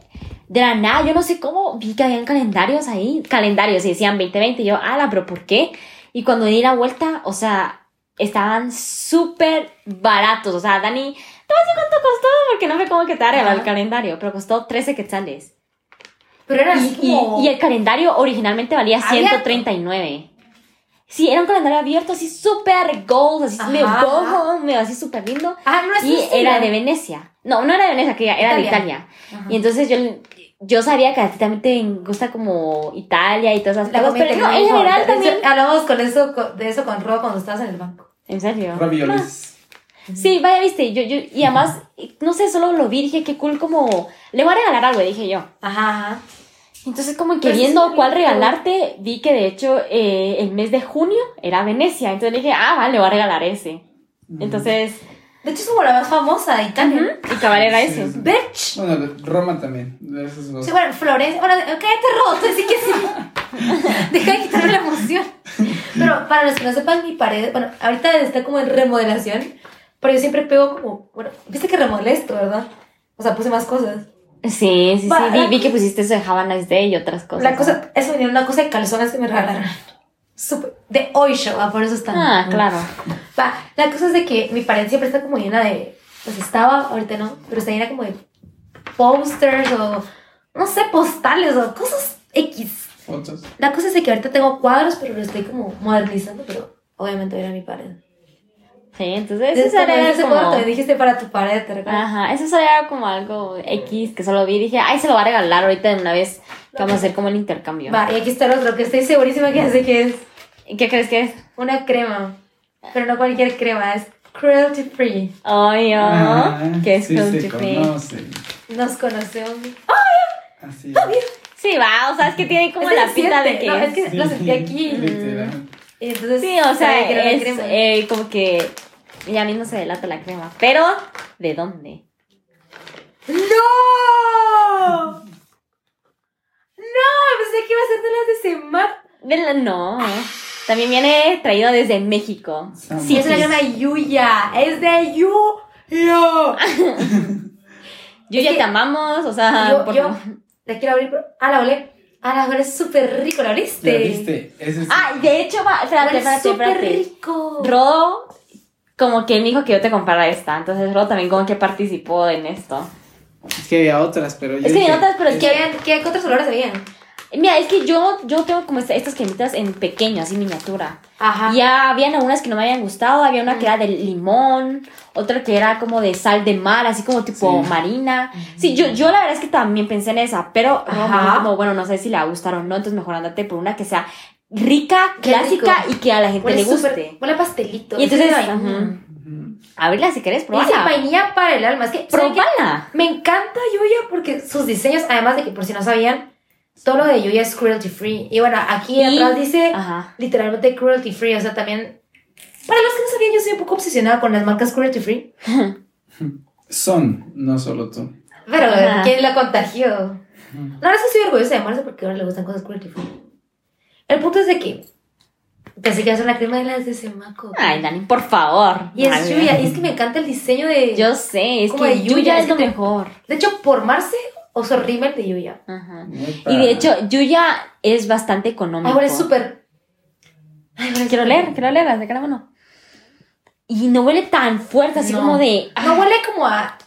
[SPEAKER 2] de la nada, yo no sé cómo vi que habían calendarios ahí. Calendarios, y decían 2020. Y yo, ala, pero ¿por qué? Y cuando di la vuelta, o sea, estaban súper baratos. O sea, Dani, te voy a decir cuánto costó, porque no me como que te arregla el
[SPEAKER 1] Ajá.
[SPEAKER 2] calendario, pero costó 13 quetzales.
[SPEAKER 1] Pero era así
[SPEAKER 2] Y,
[SPEAKER 1] como.
[SPEAKER 2] y el calendario originalmente valía
[SPEAKER 1] Abierto.
[SPEAKER 2] 139. Sí, era un calendario abierto, así súper gold, así
[SPEAKER 1] Ajá,
[SPEAKER 2] medio
[SPEAKER 1] ajá.
[SPEAKER 2] boho, medio así súper lindo.
[SPEAKER 1] Ah, no es
[SPEAKER 2] Y
[SPEAKER 1] Sicilia.
[SPEAKER 2] era de Venecia. No, no era de Venecia, que era de
[SPEAKER 1] Italia.
[SPEAKER 2] Italia.
[SPEAKER 1] Ajá.
[SPEAKER 2] Y entonces yo, yo sabía que a ti también te gusta como Italia y todas esas
[SPEAKER 1] La
[SPEAKER 2] cosas.
[SPEAKER 1] comida
[SPEAKER 2] Pero no,
[SPEAKER 1] italiana
[SPEAKER 2] en
[SPEAKER 1] es
[SPEAKER 2] general
[SPEAKER 1] favorita.
[SPEAKER 2] también.
[SPEAKER 1] Eso- Hablamos con eso, con- de eso con Rob cuando estabas en el banco.
[SPEAKER 2] ¿En serio? Ah,
[SPEAKER 3] Raviolis.
[SPEAKER 2] Sí, vaya, viste. Yo, yo, y además, no sé, solo lo vi, dije, qué cool, como. Le voy a regalar algo, dije yo.
[SPEAKER 1] Ajá, ajá.
[SPEAKER 2] Entonces, como que
[SPEAKER 1] Pero sí
[SPEAKER 2] viendo
[SPEAKER 1] está
[SPEAKER 2] cuál
[SPEAKER 1] bien, pero-
[SPEAKER 2] regalarte, vi que de hecho eh, el mes de junio era Venecia. Entonces le dije, ah, vale, le voy a regalar ese.
[SPEAKER 1] Ah.
[SPEAKER 3] Mm.
[SPEAKER 2] Entonces,
[SPEAKER 1] De hecho, es como la más famosa de Italia.
[SPEAKER 2] y cabal era
[SPEAKER 3] Sí,
[SPEAKER 2] ese.
[SPEAKER 3] sí.
[SPEAKER 1] Bitch.
[SPEAKER 3] Mm. Bueno, Roma también. de esos dos.
[SPEAKER 1] Sí, bueno, Florencia. Bueno, eh, cállate, Rob. Tú sí que sí.
[SPEAKER 2] [LAUGHS]
[SPEAKER 1] Deja de quitarme la emoción. Pero para los que no sepan, mi pared. Bueno, ahorita está como en remodelación. Pero yo siempre pego como. Bueno, viste que remodelé esto, ¿verdad? O sea, puse más cosas.
[SPEAKER 2] Sí, sí, sí.
[SPEAKER 1] Va, la-
[SPEAKER 2] Vi, vi que pusiste eso de Java Nice Day y otras cosas.
[SPEAKER 1] La
[SPEAKER 2] ¿no?
[SPEAKER 1] cosa, eso venía una cosa de calzones que me regalaron. Súper- de hoy show, ah, por eso está.
[SPEAKER 2] Ah, claro.
[SPEAKER 1] Va, la cosa es de que mi pared siempre está como llena de. Pues estaba, ahorita no, pero está llena como de posters o. No sé, postales o cosas X.
[SPEAKER 3] Fotos.
[SPEAKER 1] La cosa es de que ahorita tengo cuadros, pero lo estoy como modernizando, pero obviamente era mi pared.
[SPEAKER 2] Sí, entonces
[SPEAKER 1] Entonces,
[SPEAKER 2] eso era
[SPEAKER 1] ese
[SPEAKER 2] como...
[SPEAKER 1] cuarto, dijiste para tu pared, ¿te recuerdas?
[SPEAKER 2] Ajá, eso solo era como algo X que solo vi y dije, ay, se lo va a regalar ahorita de una vez. que Vamos a hacer como el intercambio.
[SPEAKER 1] Ah, Va, y aquí está el otro, que estoy segurísima que hace que es
[SPEAKER 2] ¿Y ¿Qué crees que es?
[SPEAKER 1] una crema. Pero no cualquier crema, es cruelty free.
[SPEAKER 2] Ay,
[SPEAKER 3] Ah,
[SPEAKER 2] oh, que es
[SPEAKER 3] sí
[SPEAKER 2] Country
[SPEAKER 3] se
[SPEAKER 2] Free.
[SPEAKER 3] conocen.
[SPEAKER 1] Nos conocemos.
[SPEAKER 3] Así
[SPEAKER 1] Ah,
[SPEAKER 3] es.
[SPEAKER 2] Sí, va, o sea, es que tiene como
[SPEAKER 1] Es que
[SPEAKER 2] la
[SPEAKER 1] se
[SPEAKER 2] pinta de
[SPEAKER 1] siente,
[SPEAKER 2] que
[SPEAKER 1] no,
[SPEAKER 2] es.
[SPEAKER 1] es que lo sentí aquí.
[SPEAKER 3] Literal.
[SPEAKER 1] Y entonces,
[SPEAKER 2] Sí, o
[SPEAKER 1] sabía
[SPEAKER 2] sea,
[SPEAKER 1] que era una
[SPEAKER 2] es
[SPEAKER 1] crema.
[SPEAKER 2] eh, como que ya mismo se delata la crema. Pero, ¿de dónde?
[SPEAKER 1] ¡No! ¡No! Pensé que iba a ser de las de Semar.
[SPEAKER 2] De la- no. También viene traído desde México.
[SPEAKER 3] Estamos-
[SPEAKER 1] Sí, es la crema de Yuya. Es de Yuya.
[SPEAKER 2] Yo
[SPEAKER 1] Es
[SPEAKER 2] ya
[SPEAKER 1] que-
[SPEAKER 2] te amamos, o sea,
[SPEAKER 1] yo,
[SPEAKER 2] Ah, por
[SPEAKER 1] yo
[SPEAKER 2] favor.
[SPEAKER 1] la quiero abrir. pero- Ah, la olé. Ah, la olé es súper rico. ¿La oliste?
[SPEAKER 2] Este,
[SPEAKER 3] ¿Ya viste? Ese es-
[SPEAKER 2] Ah, de hecho, va, espérate,
[SPEAKER 1] Huele
[SPEAKER 2] espérate,
[SPEAKER 1] súper
[SPEAKER 2] espérate.
[SPEAKER 1] rico.
[SPEAKER 2] Rodo, como que él me dijo que yo te comprara esta, entonces Rodo también como que participó en esto.
[SPEAKER 3] Es que había otras, pero yo
[SPEAKER 2] Es que
[SPEAKER 3] dije-
[SPEAKER 2] había otras, pero es
[SPEAKER 1] ¿Qué,
[SPEAKER 2] que...
[SPEAKER 1] habían- qué otros olores habían?
[SPEAKER 2] Mira, es que yo, yo tengo como este- estas cremitas en pequeño, así miniatura.
[SPEAKER 1] Ajá.
[SPEAKER 2] Ya habían algunas que no me habían gustado, había
[SPEAKER 1] Mm.
[SPEAKER 2] una que era de limón, otra que era como de sal de mar, así como tipo
[SPEAKER 3] Sí.
[SPEAKER 2] marina. Sí, yo, yo la verdad es que también pensé en esa, pero no,
[SPEAKER 1] Mm. Ajá.
[SPEAKER 2] me dijo como, bueno, no sé si la gustaron o no, entonces mejor andate por una que sea rica,
[SPEAKER 1] Qué
[SPEAKER 2] clásica
[SPEAKER 1] rico.
[SPEAKER 2] y que a la gente
[SPEAKER 1] Huele
[SPEAKER 2] le guste.
[SPEAKER 1] súper- Huele a pastelito.
[SPEAKER 2] Y entonces,
[SPEAKER 1] Es de vainilla.
[SPEAKER 2] ajá.
[SPEAKER 3] Ujú.
[SPEAKER 2] Abrirla si querés,
[SPEAKER 1] Dice
[SPEAKER 2] probarla.
[SPEAKER 1] vainilla para el alma. Es que, ¿saben qué?
[SPEAKER 2] Probala.
[SPEAKER 1] Me encanta Yuya porque sus diseños, además de que por si no sabían, todo lo de Yuya es cruelty free. Y bueno, aquí
[SPEAKER 2] Y- ah.
[SPEAKER 1] atrás dice
[SPEAKER 2] Ajá.
[SPEAKER 1] literalmente cruelty free. O sea, también. Para los que no sabían, yo soy un poco obsesionada con las marcas cruelty free.
[SPEAKER 3] Son, no solo tú.
[SPEAKER 1] Pero
[SPEAKER 2] Ajá.
[SPEAKER 1] ¿quién la contagió? No, eso estoy orgullosa de Marce porque ahora le gustan cosas cruelty free. El punto es de que pensé que iba a ser la crema de las de Semaco.
[SPEAKER 2] Ay, Dani, por favor.
[SPEAKER 1] Y es
[SPEAKER 2] Dani.
[SPEAKER 1] Yuya, y es que me encanta el diseño de.
[SPEAKER 2] [LAUGHS] Yo sé, es
[SPEAKER 1] Como de
[SPEAKER 2] que
[SPEAKER 1] Yuya,
[SPEAKER 2] Yuya
[SPEAKER 1] es
[SPEAKER 2] es lo
[SPEAKER 1] que te-
[SPEAKER 2] mejor.
[SPEAKER 1] De hecho, por Marce, uso rímel de Yuya.
[SPEAKER 2] Ajá.
[SPEAKER 3] Epa.
[SPEAKER 2] Y de hecho, Yuya es bastante económico.
[SPEAKER 1] Ay, Ah, huele súper. Ay, huele
[SPEAKER 2] Quiero
[SPEAKER 1] súper
[SPEAKER 2] leer, quiero leer, saca la mano. Y no huele tan fuerte, así
[SPEAKER 1] No.
[SPEAKER 2] como de. ah,
[SPEAKER 1] No huele como a.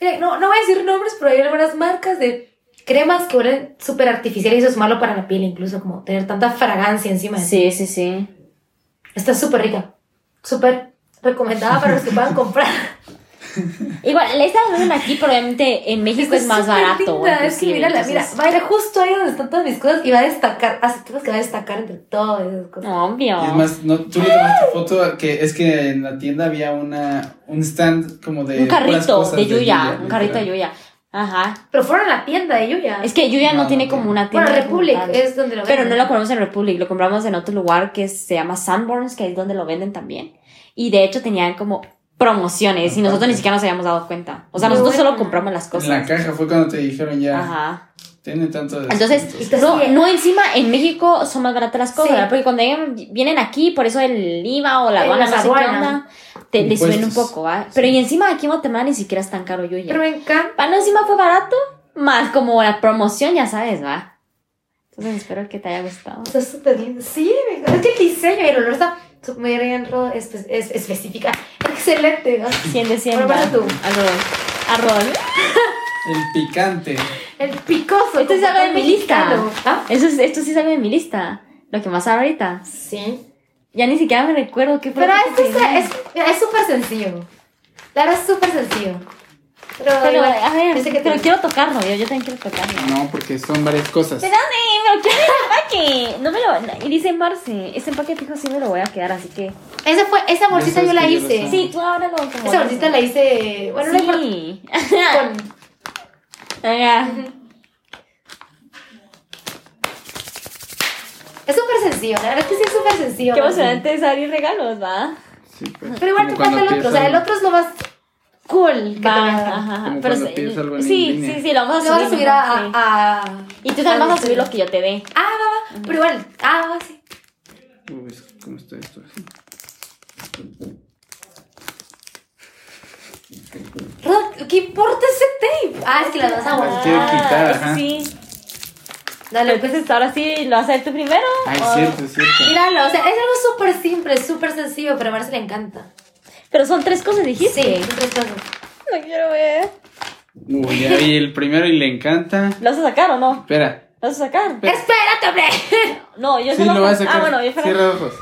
[SPEAKER 1] Mira, no, no voy a decir nombres, pero hay algunas marcas de cremas que huelen súper artificiales y eso es malo para la piel, incluso como tener tanta fragancia encima. de ti.
[SPEAKER 2] Sí, sí, sí.
[SPEAKER 1] Está súper rica. Súper recomendada para los que
[SPEAKER 2] [LAUGHS]
[SPEAKER 1] puedan comprar.
[SPEAKER 2] Igual, la estaba venden aquí, pero obviamente en México es más
[SPEAKER 1] súper
[SPEAKER 2] barato.
[SPEAKER 1] linda, Es que
[SPEAKER 2] inclusive,
[SPEAKER 1] mira, la- mira,
[SPEAKER 2] entonces-
[SPEAKER 1] va a ir justo ahí donde están todas mis cosas y va a destacar. Así tú ves que va a destacar entre todas esas cosas.
[SPEAKER 2] Obvio.
[SPEAKER 3] Y es más, no, tú le tomaste foto que es que en la tienda había una un stand como de
[SPEAKER 2] un
[SPEAKER 3] eh, puras
[SPEAKER 2] carrito
[SPEAKER 3] cosas
[SPEAKER 2] de Yuya. Un
[SPEAKER 3] literal.
[SPEAKER 2] carrito de Yuya. Ajá.
[SPEAKER 1] Pero fueron a la tienda de Yuya.
[SPEAKER 2] Ah. Es que Yuya no,
[SPEAKER 3] No,
[SPEAKER 2] tiene
[SPEAKER 3] no
[SPEAKER 2] como
[SPEAKER 3] tiene.
[SPEAKER 2] una tienda.
[SPEAKER 1] bueno,
[SPEAKER 2] como
[SPEAKER 1] Republic
[SPEAKER 2] tal.
[SPEAKER 1] es donde lo
[SPEAKER 2] Pero
[SPEAKER 1] venden.
[SPEAKER 2] no lo compramos en Republic, lo compramos en otro lugar que se llama Sanborns, que es donde lo venden también. Y de hecho tenían como promociones y nosotros ni siquiera nos habíamos dado cuenta. O sea,
[SPEAKER 1] Qué
[SPEAKER 2] nosotros solo
[SPEAKER 1] bueno.
[SPEAKER 2] compramos las
[SPEAKER 3] En la
[SPEAKER 2] cosas.
[SPEAKER 3] caja fue cuando te dijeron ya
[SPEAKER 2] Ajá.
[SPEAKER 3] tiene tanto de
[SPEAKER 2] Entonces,
[SPEAKER 1] Entonces,
[SPEAKER 2] no,
[SPEAKER 1] sí,
[SPEAKER 2] no encima en México son más baratas las cosas,
[SPEAKER 1] Sí.
[SPEAKER 2] ¿verdad? Porque cuando llegan- vienen aquí, por eso el IVA o la
[SPEAKER 1] Eh,
[SPEAKER 2] aduana,
[SPEAKER 1] las
[SPEAKER 2] no sé qué
[SPEAKER 1] aduanas.
[SPEAKER 2] onda, te, le suben un
[SPEAKER 3] Impuestos.
[SPEAKER 2] poco, ¿ah? Pero y encima aquí en Guatemala ni siquiera es tan caro Yuya.
[SPEAKER 1] Pero me encanta.
[SPEAKER 2] Bueno, encima fue barato, más como la promoción, ya sabes, ¿va? Entonces espero que te haya gustado.
[SPEAKER 1] Está súper lindo. Sí, me encanta. Es que el diseño y el olor está su- muy bien ro- espe- es- específica. Excelente. ¿no?
[SPEAKER 2] 100 de 100.
[SPEAKER 1] Bueno, para tú.
[SPEAKER 2] Arroz. Arroz.
[SPEAKER 3] el picante.
[SPEAKER 1] El picoso.
[SPEAKER 2] Esto es algo de mi lista.
[SPEAKER 1] mexicano. ¿Ah?
[SPEAKER 2] Eso es, esto sí sale de mi lista. Lo que más ahorita.
[SPEAKER 1] Sí.
[SPEAKER 2] Ya ni siquiera me recuerdo qué fue.
[SPEAKER 1] Pero
[SPEAKER 2] lo
[SPEAKER 1] esto
[SPEAKER 2] que
[SPEAKER 1] es
[SPEAKER 2] tenía.
[SPEAKER 1] es mira, es súper sencillo. La verdad es súper sencillo. Pero,
[SPEAKER 2] Pero,
[SPEAKER 1] igual,
[SPEAKER 2] a ver,
[SPEAKER 1] yo sé que
[SPEAKER 2] pero
[SPEAKER 1] te-
[SPEAKER 2] quiero tocarlo. Yo, yo también quiero tocarlo.
[SPEAKER 4] No, porque son varias cosas.
[SPEAKER 2] Espérame, pero [LAUGHS] quiero el empaque. No me lo. Y dice Marce. Ese empaque fijo sí me lo voy a quedar, así que.
[SPEAKER 1] Esa fue, esa bolsita
[SPEAKER 4] sabes
[SPEAKER 1] yo la
[SPEAKER 4] que yo lo
[SPEAKER 1] hice.
[SPEAKER 4] sé.
[SPEAKER 2] Sí, tú ahora Ah. lo. como-
[SPEAKER 1] Esa bolsita la hice. Bueno, no
[SPEAKER 2] [LAUGHS]
[SPEAKER 1] importa.
[SPEAKER 2] Sí.
[SPEAKER 1] Con-
[SPEAKER 2] Ajá.
[SPEAKER 1] Es súper sencillo. La verdad es que sí es súper sencillo.
[SPEAKER 2] Qué
[SPEAKER 1] Marce.
[SPEAKER 2] emocionante es abrir regalos, ¿va?
[SPEAKER 4] Sí, pues,
[SPEAKER 1] Pero igual te
[SPEAKER 4] como
[SPEAKER 1] falta
[SPEAKER 4] cuando
[SPEAKER 1] el otro. O sea,
[SPEAKER 4] pides
[SPEAKER 1] el
[SPEAKER 4] algo.
[SPEAKER 1] otro es lo más cool que te
[SPEAKER 2] Va,
[SPEAKER 1] voy a dar.
[SPEAKER 2] ajá, ajá.
[SPEAKER 4] Como
[SPEAKER 2] Pero
[SPEAKER 4] cuando
[SPEAKER 2] sí-
[SPEAKER 4] pides algo en
[SPEAKER 2] sí,
[SPEAKER 4] línea.
[SPEAKER 2] sí, sí, lo vamos
[SPEAKER 1] Le
[SPEAKER 2] a
[SPEAKER 1] vas
[SPEAKER 2] subir.
[SPEAKER 1] a subir a,
[SPEAKER 2] ajá, sí.
[SPEAKER 1] a, a-
[SPEAKER 2] Y tú también vas a subir
[SPEAKER 1] Instagram.
[SPEAKER 2] lo que yo te dé.
[SPEAKER 1] Ah, va, va. Pero igual. Ah, va, sí.
[SPEAKER 4] Uy, es que ¿Cómo está esto?
[SPEAKER 1] Rod, ¿qué importa ese tape? Ah, es que las vas a
[SPEAKER 3] Las
[SPEAKER 1] guardar.
[SPEAKER 3] quiero quitar, ajá.
[SPEAKER 2] Sí.
[SPEAKER 1] Dale, pues.
[SPEAKER 2] Entonces ahora sí lo vas a hacer tú primero.
[SPEAKER 4] Ay,
[SPEAKER 2] o-
[SPEAKER 4] cierto, cierto.
[SPEAKER 1] Míralo, o sea, es algo súper simple, súper sencillo, pero a Marce le encanta.
[SPEAKER 2] Pero son tres cosas, dijiste.
[SPEAKER 1] Sí, son tres cosas.
[SPEAKER 2] No quiero ver.
[SPEAKER 4] Uy, ya vi el primero y le encanta.
[SPEAKER 2] ¿Lo vas a sacar o no?
[SPEAKER 4] Espera.
[SPEAKER 2] ¿Lo vas a sacar?
[SPEAKER 1] ¡Espérate, hombre! [LAUGHS]
[SPEAKER 2] No, yo
[SPEAKER 4] Sí,
[SPEAKER 1] Ah,
[SPEAKER 2] solo.
[SPEAKER 4] lo vas a sacar.
[SPEAKER 2] Ah, bueno, yo espero.
[SPEAKER 4] Cierra ojos.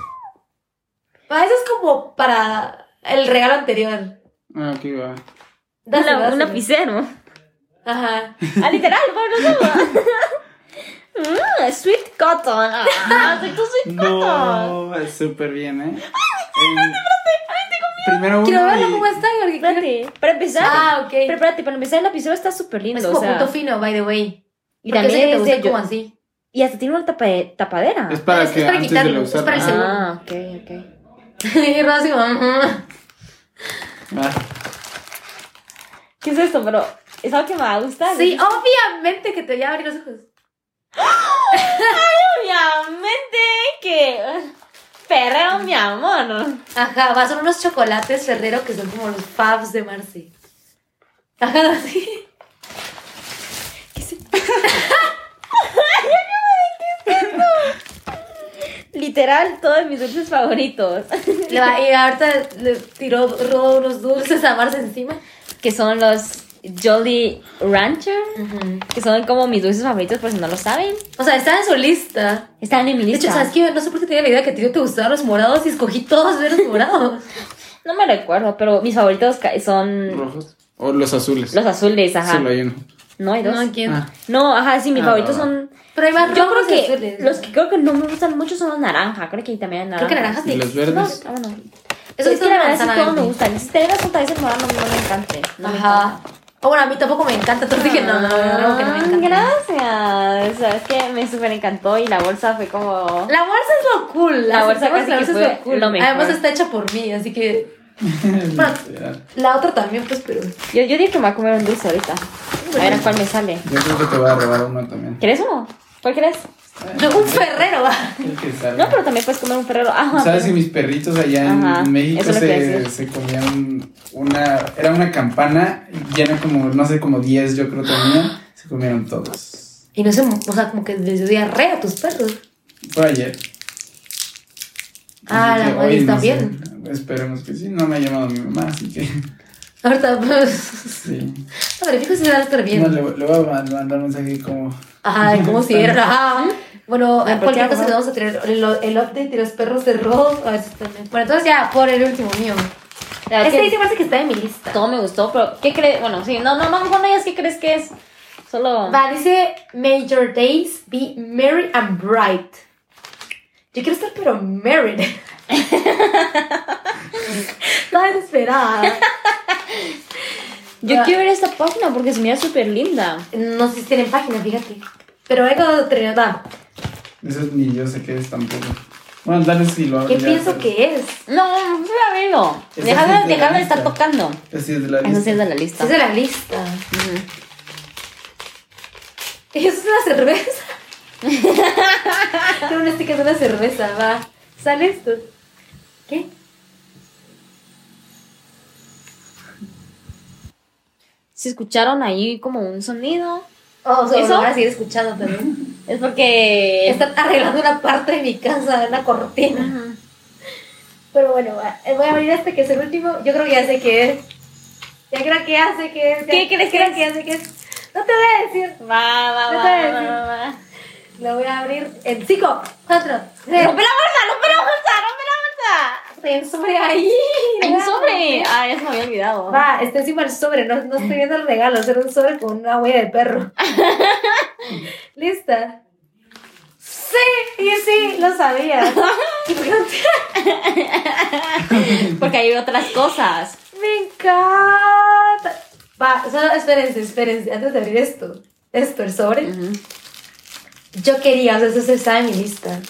[SPEAKER 1] Ah, Eso es como para El regalo anterior.
[SPEAKER 4] Ah, ok, va.
[SPEAKER 1] Dáselo,
[SPEAKER 2] Una- un
[SPEAKER 1] dáselo.
[SPEAKER 2] lapicero.
[SPEAKER 1] Ajá.
[SPEAKER 2] Ah, literal, Pablo
[SPEAKER 1] [LAUGHS]
[SPEAKER 2] Soba. Mm, sweet cotton. Ah, acepto sweet cotton.
[SPEAKER 4] No, es súper bien, ¿eh? Em, Primero uno.
[SPEAKER 1] Quiero verlo
[SPEAKER 4] y-
[SPEAKER 1] cómo está, porque quiero-
[SPEAKER 2] Espérate, para empezar.
[SPEAKER 1] Ah, ok.
[SPEAKER 2] Pero espérate, para empezar el lapicero está súper lindo.
[SPEAKER 1] Es
[SPEAKER 2] o
[SPEAKER 1] como
[SPEAKER 2] sea,
[SPEAKER 1] punto fino, by the way.
[SPEAKER 2] y
[SPEAKER 1] Porque sé
[SPEAKER 2] también
[SPEAKER 1] que te
[SPEAKER 2] es
[SPEAKER 1] gusta
[SPEAKER 2] de-
[SPEAKER 1] como [LAUGHS] así.
[SPEAKER 2] Y hasta tiene una tapa- tapadera.
[SPEAKER 4] Es para
[SPEAKER 1] Es- es
[SPEAKER 4] que
[SPEAKER 1] para
[SPEAKER 4] antes de
[SPEAKER 1] quitarlo,
[SPEAKER 4] lo
[SPEAKER 1] es
[SPEAKER 4] usar.
[SPEAKER 1] para el
[SPEAKER 4] Ah,
[SPEAKER 1] segundo.
[SPEAKER 2] Ah, ok, ok.
[SPEAKER 1] Y Ross así como, "Ujú".
[SPEAKER 4] ah,
[SPEAKER 2] ¿Qué es esto? Pero es algo que me va a gustar.
[SPEAKER 1] Sí, obviamente que te voy a abrir los ojos.
[SPEAKER 2] Obviamente que. Perreo, mi amor.
[SPEAKER 1] Ajá, va a ser unos chocolates Ferrero que son como los Fabs de Marcy. Ajá, así.
[SPEAKER 2] Literal, todos mis dulces favoritos.
[SPEAKER 1] Le va- y ahorita le tiró Rodo unos dulces a Marce encima.
[SPEAKER 2] que son los Jolly Rancher.
[SPEAKER 1] Ujú.
[SPEAKER 2] Que son como mis dulces favoritos, por si no lo saben.
[SPEAKER 1] O sea, estaba en su lista.
[SPEAKER 2] Están en mi
[SPEAKER 1] De hecho,
[SPEAKER 2] lista.
[SPEAKER 1] ¿sabes qué? No sé por qué tenía la idea que a ti no te gustaban los morados y escogí todos de los [LAUGHS] morados.
[SPEAKER 2] No me recuerdo, pero mis favoritos ca- son
[SPEAKER 4] rojos. O los azules.
[SPEAKER 2] los azules, ajá.
[SPEAKER 4] Solo hay uno.
[SPEAKER 2] No hay dos.
[SPEAKER 1] no
[SPEAKER 2] No,
[SPEAKER 1] entiendo.
[SPEAKER 4] Ah.
[SPEAKER 2] ajá, sí, mis
[SPEAKER 4] Ah,
[SPEAKER 2] favoritos
[SPEAKER 4] no,
[SPEAKER 2] son.
[SPEAKER 1] Pero hay más
[SPEAKER 2] Yo creo
[SPEAKER 1] rojos y
[SPEAKER 2] que
[SPEAKER 1] azules,
[SPEAKER 2] los
[SPEAKER 1] ¿no?
[SPEAKER 2] que creo que no me gustan mucho son los naranja. Creo que ahí también hay naranja.
[SPEAKER 1] Creo que naranjas
[SPEAKER 4] ¿Y
[SPEAKER 1] sí.
[SPEAKER 4] los verdes?
[SPEAKER 2] Ah, bueno.
[SPEAKER 1] Eso
[SPEAKER 2] es
[SPEAKER 1] Pues es
[SPEAKER 2] que la
[SPEAKER 1] una
[SPEAKER 2] verdad sí
[SPEAKER 1] manzana
[SPEAKER 2] todos me
[SPEAKER 1] verde.
[SPEAKER 2] gustan. Si te das cuenta, ese morado no, no me encanta. No me
[SPEAKER 1] Ajá.
[SPEAKER 2] encanta.
[SPEAKER 1] O bueno, a mí tampoco me encanta. Entonces dije, no, no, no, no, que no me
[SPEAKER 2] Ah,
[SPEAKER 1] encanta.
[SPEAKER 2] Gracias. O sea, es que me súper encantó y la bolsa fue como.
[SPEAKER 1] La bolsa es lo cool.
[SPEAKER 2] La bolsa
[SPEAKER 1] aceptemos
[SPEAKER 2] casi que fue lo mejor.
[SPEAKER 1] Además está hecha por mí, así que...
[SPEAKER 4] [LAUGHS]
[SPEAKER 1] Bueno, la otra también, pues, pero...
[SPEAKER 2] Yo, yo digo que me voy a comer un dulce ahorita. A ver a cuál me sale.
[SPEAKER 3] Yo creo que te voy a robar uno también.
[SPEAKER 2] ¿Quieres uno? ¿Cuál quieres?
[SPEAKER 1] No, un ferrero.
[SPEAKER 3] El que sabe.
[SPEAKER 2] No, pero también puedes comer un ferrero. Ajá.
[SPEAKER 3] ¿Sabes
[SPEAKER 2] pero-
[SPEAKER 3] si mis perritos allá en
[SPEAKER 2] Ajá,
[SPEAKER 3] México
[SPEAKER 2] eso es lo que iba a
[SPEAKER 3] se,
[SPEAKER 2] decir.
[SPEAKER 3] se comían una... Era una campana llena como, no sé, como 10 yo creo tenía. Se comieron todos.
[SPEAKER 1] Y no sé, o sea, como que les dio diarrea a tus perros.
[SPEAKER 3] Fue ayer.
[SPEAKER 1] Ah,
[SPEAKER 3] Así
[SPEAKER 1] la
[SPEAKER 3] que
[SPEAKER 1] Mari
[SPEAKER 3] hoy
[SPEAKER 1] está
[SPEAKER 3] no sé.
[SPEAKER 1] bien.
[SPEAKER 3] Esperemos que sí. No me ha llamado mi mamá, así que [LAUGHS]
[SPEAKER 1] Ahorita, pues... [LAUGHS]
[SPEAKER 3] sí.
[SPEAKER 1] Madre, fijo si era súper bien.
[SPEAKER 3] No, le, le voy a man- mandar un mensaje como...
[SPEAKER 1] Ay, ¿cómo si era? Ajá. Bueno,
[SPEAKER 2] Bueno,
[SPEAKER 1] cualquier
[SPEAKER 2] cualquier
[SPEAKER 1] cosa le
[SPEAKER 2] cosa.
[SPEAKER 1] vamos a tener el, el update de los perros de Rob. A ver si también. Bueno, entonces ya, por el último mío.
[SPEAKER 2] La verdad
[SPEAKER 1] Este
[SPEAKER 2] que
[SPEAKER 1] dice parece que está en mi lista.
[SPEAKER 2] Todo me gustó, pero ¿qué crees? Bueno, sí, no, no, no, mejor no digas qué crees que es. Solo.
[SPEAKER 1] Va, dice Major Days be merry and bright. Yo quiero estar pero married. Estaba desesperada.
[SPEAKER 2] Yo
[SPEAKER 1] Va.
[SPEAKER 2] quiero ver esta página porque se mira súper linda.
[SPEAKER 1] No sé si tienen página, fíjate. Pero algo de va.
[SPEAKER 3] Eso ni yo sé qué es tampoco. Bueno, tal vez si lo
[SPEAKER 1] ¿Qué
[SPEAKER 3] ya,
[SPEAKER 1] pienso
[SPEAKER 3] pero-
[SPEAKER 1] que es?
[SPEAKER 2] No, no voy a verlo.
[SPEAKER 3] Esa
[SPEAKER 2] Déjalo,
[SPEAKER 3] sí es de la
[SPEAKER 2] déjalo de estar
[SPEAKER 3] lista.
[SPEAKER 2] tocando.
[SPEAKER 3] Así es de la
[SPEAKER 2] Eso sí es
[SPEAKER 3] lista.
[SPEAKER 2] de la lista.
[SPEAKER 1] Es de la lista.
[SPEAKER 2] Ujú.
[SPEAKER 1] ¿Eso es una cerveza? Tiene un sticker de una cerveza, va. Sale esto. ¿Qué?
[SPEAKER 2] Si escucharon ahí como un sonido,
[SPEAKER 1] Oh,
[SPEAKER 2] ¿Eso?
[SPEAKER 1] ¿Eso? lo van a seguir escuchando también.
[SPEAKER 2] es porque.
[SPEAKER 1] Están arreglando una parte de mi casa, una cortina.
[SPEAKER 2] Ujú.
[SPEAKER 1] Pero bueno, va, eh, voy a abrir este que es el último. Yo creo que ya sé qué es. Ya creo que ya sé qué es.
[SPEAKER 2] ¿Qué crees que
[SPEAKER 1] creo
[SPEAKER 2] es?
[SPEAKER 1] que ya sé qué es? No te voy a decir.
[SPEAKER 2] Va, va,
[SPEAKER 1] No
[SPEAKER 2] va,
[SPEAKER 1] te voy a
[SPEAKER 2] va,
[SPEAKER 1] decir.
[SPEAKER 2] va, va.
[SPEAKER 1] Lo voy a abrir en 5, 4, 3.
[SPEAKER 2] ¡Rompe la bolsa! ¡Rompe la bolsa! ¡Rompe la
[SPEAKER 1] Hay un sobre ahí.
[SPEAKER 2] bolsa! ¡El sobre! Ah, ya se me había olvidado.
[SPEAKER 1] Va, está encima el sobre. No, no estoy viendo el regalo. Hacer un sobre con una huella de
[SPEAKER 2] [LAUGHS]
[SPEAKER 1] perro. ¿Lista? Sí, y sí, lo sabía. Y pronto-
[SPEAKER 2] Porque hay otras cosas.
[SPEAKER 1] Me encanta. Va, solo espérense, espérense. Antes de abrir esto, esto, el sobre.
[SPEAKER 2] Ujú.
[SPEAKER 1] Yo quería, o sea, eso estaba en mi lista.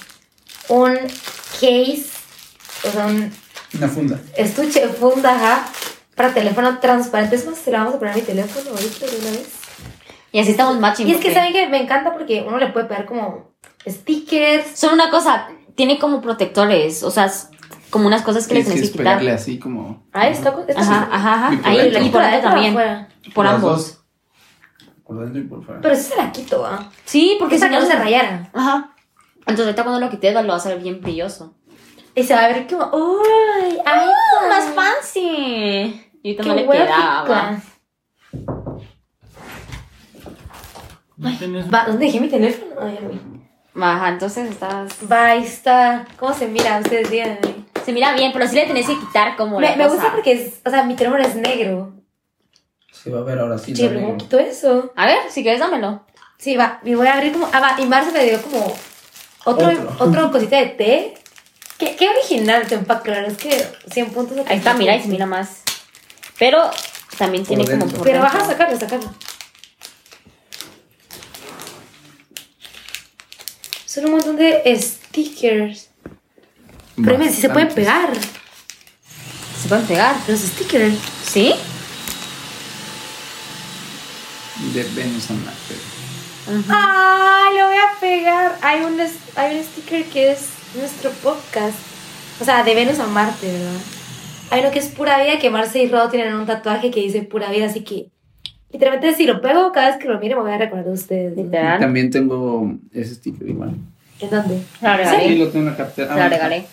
[SPEAKER 1] Un case, o sea, un
[SPEAKER 3] Una funda.
[SPEAKER 1] estuche de funda, ajá, para teléfono transparente. Es más, se la vamos a poner a mi teléfono ahorita de una vez.
[SPEAKER 2] Y así estamos matching.
[SPEAKER 1] Y es que
[SPEAKER 2] porque
[SPEAKER 1] saben que me encanta porque uno le puede pegar como stickers.
[SPEAKER 2] Solo una cosa, tiene como protectores, o sea, es como unas cosas que les
[SPEAKER 4] Tienes que
[SPEAKER 2] tienes que quitar.
[SPEAKER 4] pegarle así como.
[SPEAKER 1] Ah, está con.
[SPEAKER 2] Ajá, ajá,
[SPEAKER 4] Y
[SPEAKER 2] ajá.
[SPEAKER 4] por
[SPEAKER 2] Ahí,
[SPEAKER 4] dentro.
[SPEAKER 2] y por dentro también.
[SPEAKER 1] pues.
[SPEAKER 2] Por
[SPEAKER 3] Las
[SPEAKER 2] ambos.
[SPEAKER 3] dos. Por dentro y por fuera.
[SPEAKER 1] Pero sí se la quito, ah.
[SPEAKER 2] Sí,
[SPEAKER 1] Porque
[SPEAKER 2] porque
[SPEAKER 1] esa
[SPEAKER 2] si
[SPEAKER 1] que
[SPEAKER 2] no
[SPEAKER 1] no se rayara.
[SPEAKER 2] Ajá. Entonces ahorita cuando lo quites lo vas a ver bien brilloso.
[SPEAKER 1] Y se va a ver como. ¡Uy! ¡Ay!
[SPEAKER 2] Ah, más fancy. Y ahorita
[SPEAKER 1] ¡Qué
[SPEAKER 2] no le
[SPEAKER 1] huevica!
[SPEAKER 2] quedaba.
[SPEAKER 1] Va, ¿Dónde dejé mi teléfono? Ay, ya lo vi.
[SPEAKER 2] Ajá, entonces estás.
[SPEAKER 1] Va, ahí está. ¿Cómo se mira? Ustedes díganme.
[SPEAKER 2] se mira bien, pero sí le tenés que quitar como
[SPEAKER 1] Me,
[SPEAKER 2] la
[SPEAKER 1] me
[SPEAKER 2] cosa.
[SPEAKER 1] gusta porque es, o sea, mi teléfono es negro.
[SPEAKER 5] Se va a ver ahora sí.
[SPEAKER 1] Che,
[SPEAKER 5] lo
[SPEAKER 1] pero ¿cómo
[SPEAKER 5] negro.
[SPEAKER 1] quito eso?
[SPEAKER 2] A ver, si quieres dámelo.
[SPEAKER 1] Sí, va, me voy a abrir como. Ah, va, y Marce me dio como. Otro,
[SPEAKER 5] Otro.
[SPEAKER 1] otro. cosita de té. Qué, qué original te empaca, la verdad es que 100 puntos. de
[SPEAKER 2] Ahí está, mira, y se mira más. Pero también
[SPEAKER 5] Por
[SPEAKER 2] tiene como
[SPEAKER 5] dentro.
[SPEAKER 2] por
[SPEAKER 1] Pero
[SPEAKER 2] dentro.
[SPEAKER 1] baja, sacarlo, sacarlo. Son un montón de stickers. Pero dime, si se pueden
[SPEAKER 4] Bastantes.
[SPEAKER 1] pegar
[SPEAKER 2] Se pueden pegar.
[SPEAKER 1] los stickers.
[SPEAKER 2] ¿Sí?
[SPEAKER 4] De Venus and Marte.
[SPEAKER 1] ¡Ay, lo voy a pegar! Hay un, es- hay un sticker que es nuestro podcast. O sea, de Venus a Marte, ¿verdad? Hay uno que es pura vida, que Marce y Rodo tienen un tatuaje que dice pura vida, así que literalmente si lo pego, cada vez que lo mire me voy a recordar de ustedes. ¿no?
[SPEAKER 4] Y
[SPEAKER 2] Literal.
[SPEAKER 4] También tengo ese sticker igual.
[SPEAKER 1] ¿En dónde?
[SPEAKER 2] La regalé.
[SPEAKER 4] Sí, lo tengo en la cartera. Ah,
[SPEAKER 2] La
[SPEAKER 4] bueno.
[SPEAKER 2] regalé.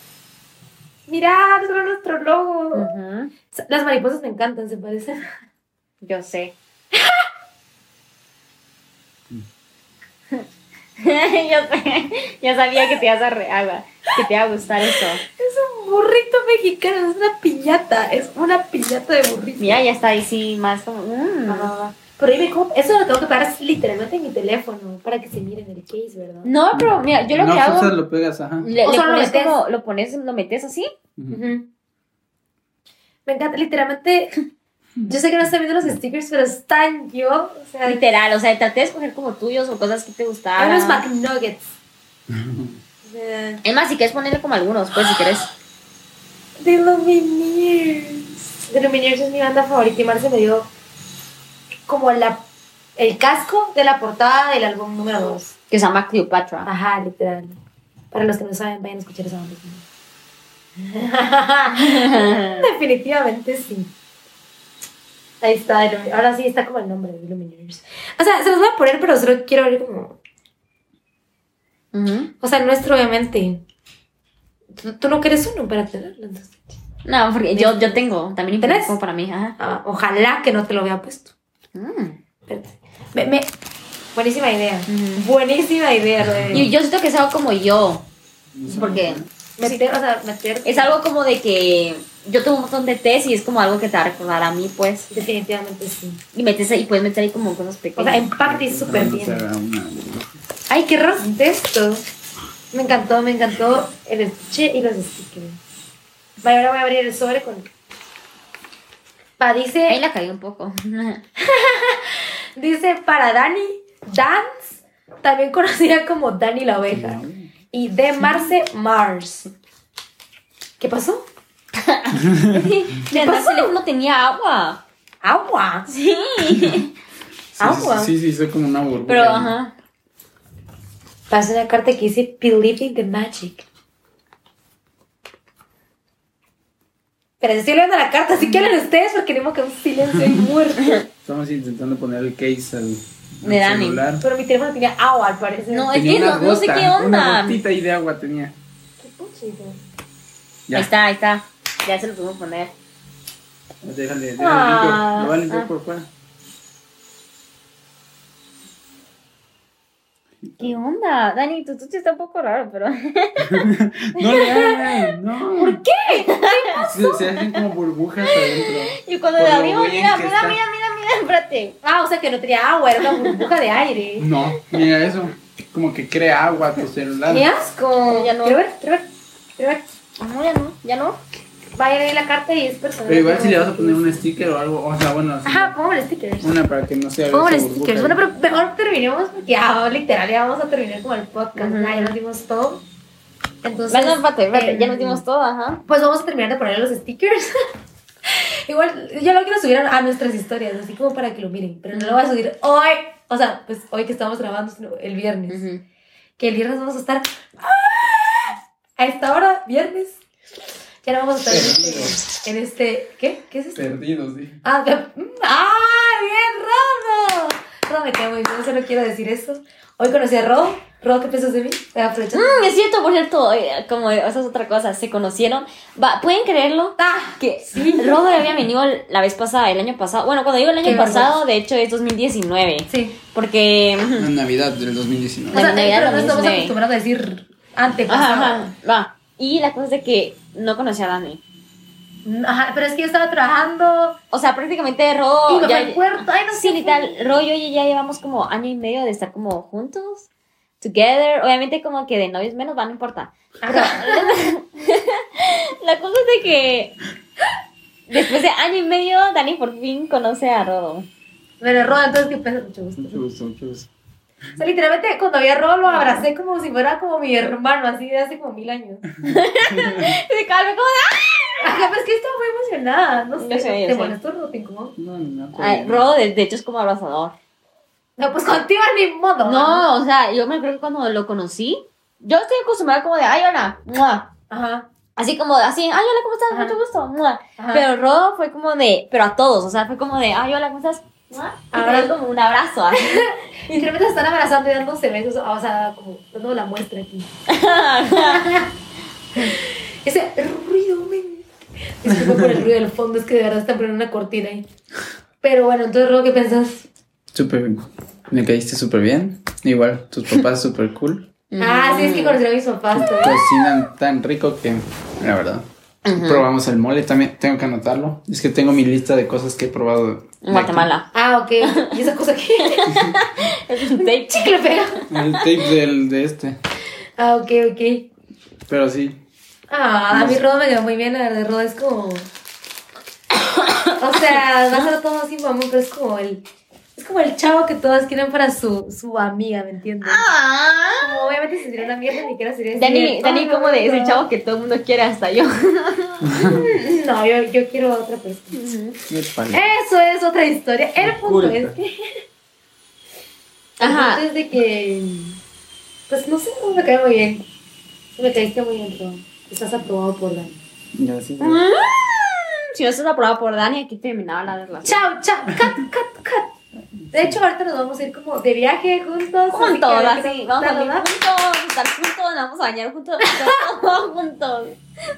[SPEAKER 1] Mirá, nos salió nuestro logo.
[SPEAKER 2] Ujú.
[SPEAKER 1] Las mariposas me encantan, se parecen.
[SPEAKER 2] Yo sé. [LAUGHS] yo, sé. yo sabía que te ibas a re- agua, que te iba a gustar eso.
[SPEAKER 1] Es un burrito mexicano, es una piñata, es una piñata de burrito.
[SPEAKER 2] Mira, ya está ahí sí más como. mm.
[SPEAKER 1] Ah, pero dime, ¿cómo? eso lo tengo que pagar literalmente en mi teléfono para que se mire en el case, ¿verdad?
[SPEAKER 2] No, pero mira, yo lo
[SPEAKER 4] no,
[SPEAKER 3] pues,
[SPEAKER 2] que hago.
[SPEAKER 4] solo lo pegas, ajá.
[SPEAKER 2] Le,
[SPEAKER 1] O solo
[SPEAKER 2] le
[SPEAKER 1] lo
[SPEAKER 2] pones
[SPEAKER 1] metes.
[SPEAKER 2] como, lo pones, lo metes así. Mm.
[SPEAKER 4] Ujú.
[SPEAKER 1] Ujú. Me encanta, literalmente. Yo sé que no están viendo los stickers, pero están yo. O sea, hay
[SPEAKER 2] Literal, o sea, traté de escoger como tuyos o cosas que te gustaban.
[SPEAKER 1] unos McNuggets. O sea,
[SPEAKER 2] Es más, si quieres ponerle como algunos, pues si quieres.
[SPEAKER 1] The Lumineers. The Lumineers es mi banda favorita y Marce me dio como la, el casco de la portada del álbum número 2.
[SPEAKER 2] Que se llama [LAUGHS] Cleopatra.
[SPEAKER 1] Ajá, literal. Para los que no saben, vayan a escuchar esa banda. Definitivamente sí. Ahí está, el Illumi- ahora sí está como el nombre de Lumineers. O sea, se los voy a poner, pero solo quiero ver como.
[SPEAKER 2] Ujú.
[SPEAKER 1] O sea, nuestro obviamente. Tú, tú no quieres uno para tenerlo, entonces.
[SPEAKER 2] No, porque yo, yo tengo también
[SPEAKER 1] ¿Tenés?
[SPEAKER 2] importante como para mí. Ajá.
[SPEAKER 1] Ah, ojalá que no te lo había puesto.
[SPEAKER 2] Mm.
[SPEAKER 1] Espérate. Me- me- Buenísima idea.
[SPEAKER 2] Ujú.
[SPEAKER 1] Buenísima idea, Rodrigo.
[SPEAKER 2] Y yo siento que es algo como yo.
[SPEAKER 4] [LAUGHS]
[SPEAKER 2] Porque
[SPEAKER 1] Me pierdo, o sea, me pierdo.
[SPEAKER 2] es algo como de que yo tengo un montón de test y es como algo que te va a recordar a mí, pues.
[SPEAKER 1] Definitivamente sí.
[SPEAKER 2] Y metes ahí, puedes meter ahí como cosas
[SPEAKER 1] O sea,
[SPEAKER 2] pequeñas.
[SPEAKER 1] empate es súper
[SPEAKER 4] También
[SPEAKER 1] bien.
[SPEAKER 4] será una-
[SPEAKER 1] Ay, qué ros de esto. Me encantó, me encantó el estuche y los stickers. Vale, ahora voy a abrir el sobre con. Pa,
[SPEAKER 2] Ahí
[SPEAKER 1] dice,
[SPEAKER 2] la caí un [LAUGHS] poco.
[SPEAKER 1] dice para Dani, Dance, también conocida como Dani la oveja. Y de Marce Mars. ¿Qué pasó?
[SPEAKER 2] De andar no tenía agua.
[SPEAKER 1] Agua.
[SPEAKER 2] Sí.
[SPEAKER 4] Sí,
[SPEAKER 1] Agua.
[SPEAKER 4] Sí, sí, soy como una burbuja.
[SPEAKER 2] Pero, ajá.
[SPEAKER 1] Pasó una carta que dice Believing the Magic. Pero estoy leyendo la carta, así que hablen ustedes porque tenemos que un silencio y muerto.
[SPEAKER 4] Estamos intentando poner el case al, al
[SPEAKER 2] De Dani.
[SPEAKER 4] celular.
[SPEAKER 1] Pero mi teléfono tenía agua, al parecer.
[SPEAKER 2] No, es
[SPEAKER 4] Tenía
[SPEAKER 2] que
[SPEAKER 4] una
[SPEAKER 2] no, no sé
[SPEAKER 4] gota,
[SPEAKER 2] qué
[SPEAKER 4] Una
[SPEAKER 2] onda.
[SPEAKER 4] gotita ahí de agua tenía.
[SPEAKER 1] Qué puchido.
[SPEAKER 4] Ya.
[SPEAKER 2] Ahí está, ahí está. Ya se lo podemos poner.
[SPEAKER 4] Déjale, déjale
[SPEAKER 1] Ah,
[SPEAKER 4] limpio. Lo voy a limpiar
[SPEAKER 2] ah.
[SPEAKER 4] por fuera. [LAUGHS]
[SPEAKER 2] ¿Qué onda? Dani, tu tuche está un poco raro, pero. [LAUGHS]
[SPEAKER 4] No le hagan, no. ¿Por qué? Se, se hacen como burbujas adentro.
[SPEAKER 2] Y cuando
[SPEAKER 4] Por
[SPEAKER 2] la
[SPEAKER 4] lo
[SPEAKER 2] abrimos,
[SPEAKER 4] bien
[SPEAKER 2] mira,
[SPEAKER 4] que
[SPEAKER 2] mira,
[SPEAKER 4] está.
[SPEAKER 2] mira, mira, mira, espérate.
[SPEAKER 1] Ah, o sea que no tenía agua, era una burbuja de aire.
[SPEAKER 4] No, mira eso. Como que crea agua tu celular.
[SPEAKER 1] ¡Qué asco!
[SPEAKER 2] Ya no.
[SPEAKER 1] Quiero ver, quiero ver, quiero ver.
[SPEAKER 2] No, ya no, ya no.
[SPEAKER 1] Vaya a leer la carta y es personal.
[SPEAKER 4] Pero igual si le vas a poner un sticker o algo, o sea, bueno, así,
[SPEAKER 1] Ajá, póngale stickers.
[SPEAKER 4] una para que no sea
[SPEAKER 1] Póngale
[SPEAKER 4] esa burbuja.
[SPEAKER 1] stickers. Bueno, pero mejor terminemos porque ya, literal, ya vamos a terminar como el podcast.
[SPEAKER 2] Ujú.
[SPEAKER 1] Ya, ya nos dimos todo. Entonces.
[SPEAKER 2] Bueno, espérate, espérate, ya nos
[SPEAKER 1] em,
[SPEAKER 2] dimos todo, ajá.
[SPEAKER 1] Pues vamos a terminar de poner los stickers. [LAUGHS] Igual, yo lo quiero subir a, a nuestras historias, así como para que lo miren. Pero no lo voy a subir hoy. O sea, pues hoy que estamos grabando, sino el viernes. Que el viernes vamos a estar. ¡Ah! A esta hora, viernes. Ya no vamos a estar en este, en este- ¿Qué? ¿Qué es esto?
[SPEAKER 4] Perdidos, sí.
[SPEAKER 1] Ah, de- mm, ¡Ah! ¡Bien, Rodo! Rodo me queda muy bien, solo quiero decir eso. Hoy conocí a Rodo. Rodo, ¿qué piensas de mí? Aprovechando.
[SPEAKER 2] Mm, es cierto, por cierto, eh, como esa es otra cosa, se conocieron. Va, ¿pueden creerlo?
[SPEAKER 1] ¡Ah!
[SPEAKER 2] Que Rodo había venido la vez pasada, el año pasado. Bueno, cuando digo el
[SPEAKER 1] Qué
[SPEAKER 2] año pasado, de hecho es 2019.
[SPEAKER 1] Sí.
[SPEAKER 2] Porque.
[SPEAKER 4] En Navidad del 2019.
[SPEAKER 1] O sea, eh,
[SPEAKER 2] Navidad
[SPEAKER 1] pero no estamos
[SPEAKER 2] también, sí.
[SPEAKER 1] acostumbrados a decir
[SPEAKER 2] Ajá,
[SPEAKER 1] antepasado.
[SPEAKER 2] ajá, va. Y la cosa es de que no conocí a Dani.
[SPEAKER 1] Ajá, pero es que yo estaba trabajando
[SPEAKER 2] O sea, prácticamente
[SPEAKER 1] y
[SPEAKER 2] Ro.
[SPEAKER 1] me fui
[SPEAKER 2] Oh, ya-
[SPEAKER 1] al puerto. Ay, no
[SPEAKER 2] sí,
[SPEAKER 1] sé.
[SPEAKER 2] literal, Ro y yo ya llevamos como año y medio de estar como juntos. Together. Obviamente como que de novios menos, va, no importa.
[SPEAKER 1] Ajá.
[SPEAKER 2] La cosa es de que después de año y medio, Dani por fin conoce a Rodo.
[SPEAKER 1] Pero Rodo, entonces que pensé mucho gusto.
[SPEAKER 6] Mucho gusto, mucho gusto.
[SPEAKER 1] O sea, literalmente cuando vi a Rodo lo abracé como si fuera como mi hermano, así de hace como mil años.
[SPEAKER 2] Y se calma, como
[SPEAKER 1] Ajá, pero es que estaba muy emocionada. No sé,
[SPEAKER 2] No sé, yo
[SPEAKER 1] ¿te
[SPEAKER 2] sé.
[SPEAKER 1] molestó Rodo? ¿Te incomodó?
[SPEAKER 6] No, no, no.
[SPEAKER 2] Ay, Rodo, de, de hecho, es como abrazador.
[SPEAKER 1] No, pues contigo ni modo.
[SPEAKER 2] No, o sea, yo me acuerdo que cuando lo conocí, yo estoy acostumbrada como de, ay, hola, mua.
[SPEAKER 1] Ajá.
[SPEAKER 2] Así como, así, ay, hola, ¿cómo estás?
[SPEAKER 1] Ajá.
[SPEAKER 2] Mucho gusto, mua.
[SPEAKER 1] ajá.
[SPEAKER 2] Pero Rodo fue como de, pero a todos, o sea, fue como de, ay, hola, ¿cómo estás? Mua. Y te
[SPEAKER 1] Abrazo.
[SPEAKER 2] dio como un abrazo, así.
[SPEAKER 1] Y literalmente se están abrazando y dándose besos, o sea, como dando la muestra aquí. Ese ruido, men. Disculpa por el ruido del fondo, es que de verdad están poniendo una cortina ahí. Pero bueno, entonces, Rodo, ¿qué pensás?
[SPEAKER 3] Súper, me caíste súper bien. Igual, tus papás súper cool.
[SPEAKER 1] Ah, sí, es que conocí a mis papás. todavía.
[SPEAKER 3] Pues Cocinan tan rico que, la verdad. Probamos el mole también, tengo que anotarlo. Es que tengo mi lista de cosas que he probado.
[SPEAKER 2] En [LAUGHS] Guatemala.
[SPEAKER 1] Ah, ok. ¿Y esa cosa aquí?
[SPEAKER 2] Es un date.
[SPEAKER 1] [LAUGHS] Chicle pega.
[SPEAKER 3] El tape del, de este.
[SPEAKER 1] Ah, ok, ok.
[SPEAKER 3] Pero sí,
[SPEAKER 1] Ah, a mí Rodo me quedó muy bien, la verdad, Rodo es como... O sea, va a ser todo así, mamón, pero es como el... Es como el chavo que todas quieren para su, su amiga, ¿me entiendes?
[SPEAKER 2] Ah.
[SPEAKER 1] Como obviamente sería una mierda, ni quiero sería así
[SPEAKER 2] Dani, Dani,
[SPEAKER 1] "Ah,
[SPEAKER 2] como de, es el
[SPEAKER 1] no".
[SPEAKER 2] chavo que todo el mundo quiere, hasta yo.
[SPEAKER 1] No, yo, yo quiero otra persona.
[SPEAKER 3] qué palo.
[SPEAKER 2] Eh.
[SPEAKER 1] Eso es otra historia. El punto es que...
[SPEAKER 2] [LAUGHS] Ajá.
[SPEAKER 1] Antes de que... Pues no sé, no me cae muy bien. Me caíste muy bien, Rodo. Estás aprobado por Dani.
[SPEAKER 3] Gracias.
[SPEAKER 2] Mm, Si no estás aprobada por Dani, aquí terminaba la relación.
[SPEAKER 1] Chao, chao, cat, cat, cat. De hecho, ahorita nos vamos a ir como de viaje juntos. así
[SPEAKER 2] Juntos,
[SPEAKER 1] que
[SPEAKER 2] así,
[SPEAKER 1] creo que
[SPEAKER 2] vamos a
[SPEAKER 1] tal,
[SPEAKER 2] vivir
[SPEAKER 1] ¿verdad?
[SPEAKER 2] juntos, vamos a estar juntos, nos vamos a bañar juntos, [LAUGHS] vamos a estar todos juntos.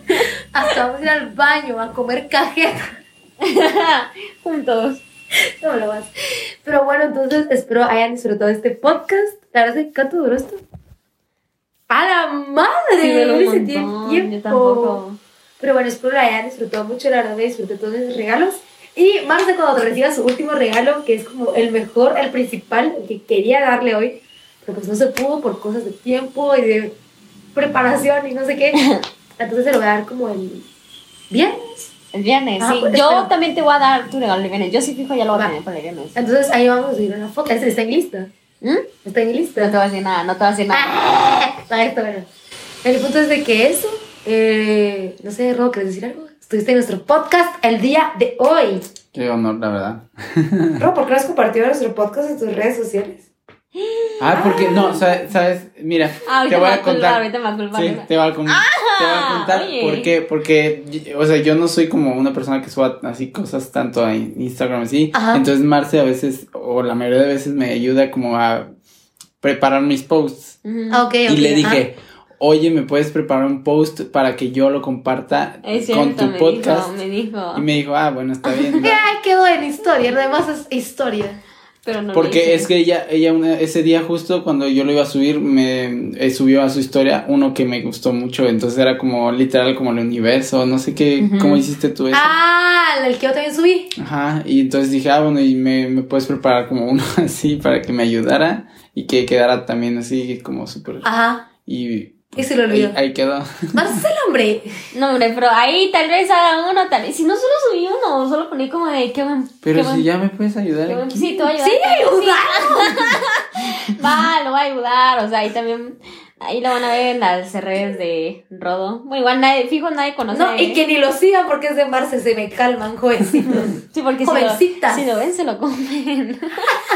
[SPEAKER 2] [LAUGHS]
[SPEAKER 1] Hasta vamos a ir al baño a comer cajeta. [LAUGHS]
[SPEAKER 2] juntos.
[SPEAKER 1] No me lo vas. Pero bueno, entonces espero hayan disfrutado de este podcast. La verdad es que ¿cuánto duró esto? ¡A la madre! no me sentí el tiempo.
[SPEAKER 2] yo tampoco.
[SPEAKER 1] Pero bueno, espero la hayan disfrutado mucho. La verdad, me disfruté todos mis regalos. Y Marce, cuando te reciba su último regalo, que es como el mejor, el principal, el que quería darle hoy, pero pues no se pudo por cosas de tiempo y de preparación y no sé qué. Entonces se lo voy a dar como el viernes.
[SPEAKER 2] El viernes,
[SPEAKER 1] Ah,
[SPEAKER 2] sí.
[SPEAKER 1] pues,
[SPEAKER 2] yo
[SPEAKER 1] espera.
[SPEAKER 2] también te voy a dar tu regalo el viernes. Yo sí fijo, ya lo voy
[SPEAKER 1] Va.
[SPEAKER 2] a tener para el viernes.
[SPEAKER 1] Entonces ahí vamos a subir una foto. Este Está en mi lista.
[SPEAKER 2] ¿Mm?
[SPEAKER 1] Está en mi
[SPEAKER 2] No te
[SPEAKER 1] lista.
[SPEAKER 2] voy a decir nada, no te voy a decir nada.
[SPEAKER 1] [LAUGHS] Ah, está bueno. El punto es de que eso, eh, no sé, Robo, ¿quieres decir algo? Estuviste en nuestro podcast el día de hoy.
[SPEAKER 3] Qué honor, la verdad.
[SPEAKER 1] Rob, ¿por qué no has compartido nuestro podcast en tus redes sociales?
[SPEAKER 3] Ah, porque no, sa- sabes, mira, te
[SPEAKER 2] Ah, ahorita
[SPEAKER 3] voy
[SPEAKER 2] me va a
[SPEAKER 3] a
[SPEAKER 2] culpar,
[SPEAKER 3] contar.
[SPEAKER 2] ahorita me va a culpar.
[SPEAKER 3] Sí, te voy a, con- te voy a contar
[SPEAKER 2] oye.
[SPEAKER 3] por qué, porque, y- o sea, yo no soy como una persona que suba así cosas tanto a Instagram así,
[SPEAKER 1] Ajá.
[SPEAKER 3] entonces Marce a veces, o la mayoría de veces me ayuda como a preparar mis posts,
[SPEAKER 2] Ujú.
[SPEAKER 1] Ah, ok,
[SPEAKER 3] y le dije, oye, ¿me puedes preparar un post para que yo lo comparta
[SPEAKER 2] Es
[SPEAKER 3] con
[SPEAKER 2] cierto,
[SPEAKER 3] tu
[SPEAKER 2] me
[SPEAKER 3] podcast?
[SPEAKER 2] dijo, me dijo.
[SPEAKER 3] Y me dijo, ah,
[SPEAKER 2] [LAUGHS]
[SPEAKER 3] bueno, está bien, va".
[SPEAKER 1] Ay, quedó en historia, lo demás es historia.
[SPEAKER 2] Pero no lo hice.
[SPEAKER 3] Porque es que ella, ella una- ese día justo cuando yo lo iba a subir, me eh, subió a su historia uno que me gustó mucho. Entonces era como literal como el universo, no sé qué,
[SPEAKER 2] Ujú.
[SPEAKER 3] cómo hiciste tú eso.
[SPEAKER 1] Ah, el que yo también subí.
[SPEAKER 3] Ajá, y entonces dije, ah, bueno, y me, me puedes preparar como [LAUGHS] uno así para que me ayudara y que quedara también así como súper...
[SPEAKER 1] Ajá. Ah.
[SPEAKER 3] Y,
[SPEAKER 1] Y se lo
[SPEAKER 3] ahí,
[SPEAKER 1] olvidó.
[SPEAKER 3] ahí quedó.
[SPEAKER 1] Marce es el hombre.
[SPEAKER 2] No, hombre, pero ahí tal vez haga uno, tal vez. Si no, solo subí uno, solo poní como de qué buen.
[SPEAKER 3] Pero
[SPEAKER 2] qué
[SPEAKER 3] si
[SPEAKER 2] buen-
[SPEAKER 3] ya me puedes
[SPEAKER 2] qué
[SPEAKER 3] ayudar.
[SPEAKER 2] buen-
[SPEAKER 3] aquí.
[SPEAKER 2] Sí, te voy a ayudar.
[SPEAKER 1] Sí, ayuda.
[SPEAKER 2] Va, lo va a ayudar, o sea, ahí también. Ahí lo van a ver en las redes de Rodo. Bueno, igual nadie, fijo, nadie conoce.
[SPEAKER 1] No, y que ni lo sigan porque es de Marce, se me calman, jovencitos.
[SPEAKER 2] Sí, porque
[SPEAKER 1] Jovencitas.
[SPEAKER 2] Si, lo, si lo ven, se lo comen.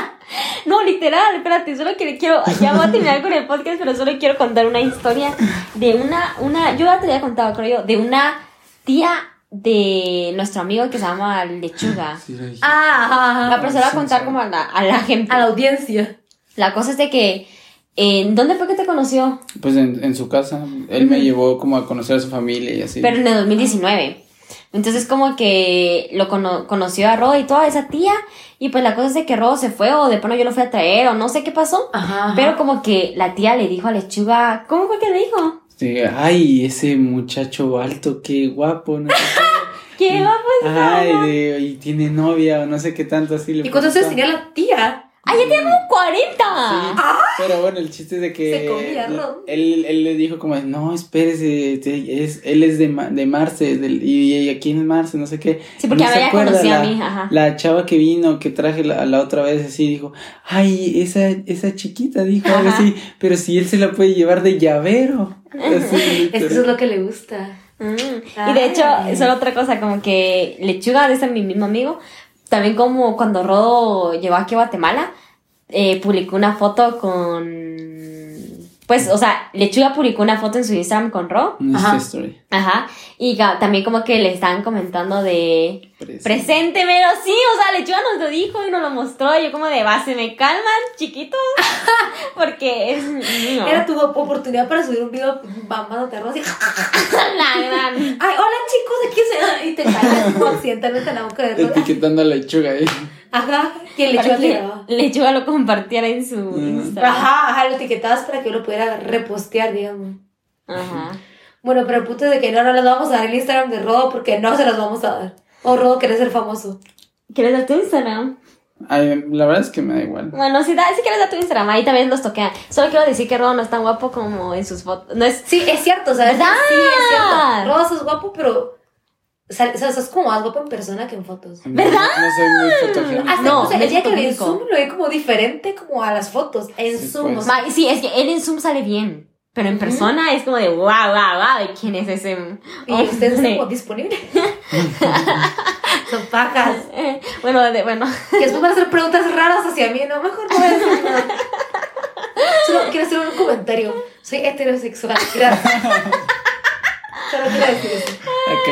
[SPEAKER 2] [LAUGHS] no, literal, espérate, solo que le quiero. Ya voy a terminar con el podcast, pero solo quiero contar una historia de una. una Yo ya te había contado, creo yo, de una tía de nuestro amigo que se llama Lechuga.
[SPEAKER 3] Sí, lo dije.
[SPEAKER 1] Ah, ajá,
[SPEAKER 2] La
[SPEAKER 1] ajá.
[SPEAKER 2] persona va a
[SPEAKER 3] sí,
[SPEAKER 2] contar
[SPEAKER 3] sí.
[SPEAKER 2] como a la, a la gente.
[SPEAKER 1] A la audiencia.
[SPEAKER 2] La cosa es de que. eh, ¿Dónde fue que te conoció?
[SPEAKER 3] Pues en, en su casa, él me llevó como a conocer a su familia y así.
[SPEAKER 2] Pero en el 2019. Entonces como que lo cono- conoció a Ro y toda esa tía. Y pues la cosa es de que Ro se fue o de pronto yo lo fui a traer o no sé qué pasó.
[SPEAKER 1] Ajá.
[SPEAKER 2] Pero como que la tía le dijo a Lechuga, ¿cómo fue que le dijo?
[SPEAKER 3] de, ay, ese muchacho alto, qué guapo, no sé
[SPEAKER 2] ¿Qué va a
[SPEAKER 3] qué. Ay, de, y tiene novia o no sé qué tanto así le
[SPEAKER 1] ¿Y cuántos años tenía
[SPEAKER 3] preguntaba.
[SPEAKER 1] la tía?
[SPEAKER 2] ¡Ay, ya tengo 40!
[SPEAKER 3] Sí, pero bueno, el chiste es de que
[SPEAKER 1] Ah. Se comía ron.
[SPEAKER 3] él, él le dijo como, no, espérese, te- es, él es de, Ma- de Marce, del- y, y aquí en Marce, no sé qué.
[SPEAKER 2] Sí, porque
[SPEAKER 3] ¿No
[SPEAKER 2] a
[SPEAKER 3] se
[SPEAKER 2] ver, ya
[SPEAKER 3] acuerda
[SPEAKER 2] conocí a
[SPEAKER 3] la-
[SPEAKER 2] mí, ajá.
[SPEAKER 3] La chava que vino, que traje la, la otra vez así, dijo, ay, esa, esa chiquita, dijo algo
[SPEAKER 2] Ajá.
[SPEAKER 3] así, pero si él se la puede llevar de llavero. Así,
[SPEAKER 1] Es que eso es lo que le gusta.
[SPEAKER 2] Mm, Y de hecho,
[SPEAKER 1] Ay.
[SPEAKER 2] es otra cosa, como que Lechuga, de ese mi mismo amigo, también como cuando Rodo llegó aquí a Guatemala, eh, publicó una foto con... Pues, o sea, Lechuga publicó una foto en su Instagram con Rodo.
[SPEAKER 3] Una
[SPEAKER 1] Ajá.
[SPEAKER 3] story.
[SPEAKER 2] Ajá. Y ga- también como que le estaban comentando de...
[SPEAKER 3] Pres-
[SPEAKER 2] Preséntemelo, sí, o sea, Lechuga nos lo dijo y nos lo mostró. y Yo, como de base, me calman, chiquitos. [LAUGHS] Porque es. mío.
[SPEAKER 1] Era tu oportunidad para subir un video bambando te así.
[SPEAKER 2] la gran.
[SPEAKER 1] [LAUGHS] Ay, hola chicos, aquí se... Y te caes como accidentalmente en la boca de Rodo.
[SPEAKER 3] Etiquetando a la lechuga ahí.
[SPEAKER 1] Ajá, que le
[SPEAKER 2] Para
[SPEAKER 1] echó
[SPEAKER 2] que Lechuga lo compartiera en su Instagram.
[SPEAKER 1] Ajá, ajá, lo etiquetabas para que yo lo pudiera repostear, digamos.
[SPEAKER 2] Ajá.
[SPEAKER 1] Bueno, pero el punto es de que no, no les vamos a dar el Instagram de Rodo porque no se los vamos a dar. O Rodo querés ser famoso.
[SPEAKER 2] ¿Quieres dar tu Instagram?
[SPEAKER 3] Ay, la verdad es que me da igual.
[SPEAKER 2] Bueno, si, da, si quieres dar tu Instagram, ahí también los toquean. Solo quiero decir que Rodo no es tan guapo como en sus fotos. No es.
[SPEAKER 1] Sí, es cierto, ¿sabes?
[SPEAKER 2] ¿Verdad?
[SPEAKER 1] Sí, es cierto. Rodo sos guapo, pero... sal- O sea, sos como más guapo en persona que en fotos.
[SPEAKER 3] ¿Verdad? No, soy muy fotogénico.
[SPEAKER 1] Hasta,
[SPEAKER 2] No,
[SPEAKER 1] o sea,
[SPEAKER 2] me
[SPEAKER 1] el día que
[SPEAKER 2] siento
[SPEAKER 1] vi en
[SPEAKER 2] rico.
[SPEAKER 1] Zoom lo vi como diferente como a las fotos. En
[SPEAKER 3] Sí,
[SPEAKER 1] Zoom, o
[SPEAKER 3] pues.
[SPEAKER 1] sea,
[SPEAKER 2] Ma- Sí, es que él en Zoom sale bien. Pero en persona es como de wow, wow, wow. ¿Quién es ese?
[SPEAKER 1] y ustedes están
[SPEAKER 2] hombre?
[SPEAKER 1] como disponibles. [LAUGHS] Son pacas.
[SPEAKER 2] Eh, [LAUGHS] bueno, de- bueno.
[SPEAKER 1] Que después van a hacer preguntas raras hacia mí, no, mejor no voy a decir nada. Solo quiero hacer un comentario. Soy heterosexual, gracias. Solo quiero decir eso.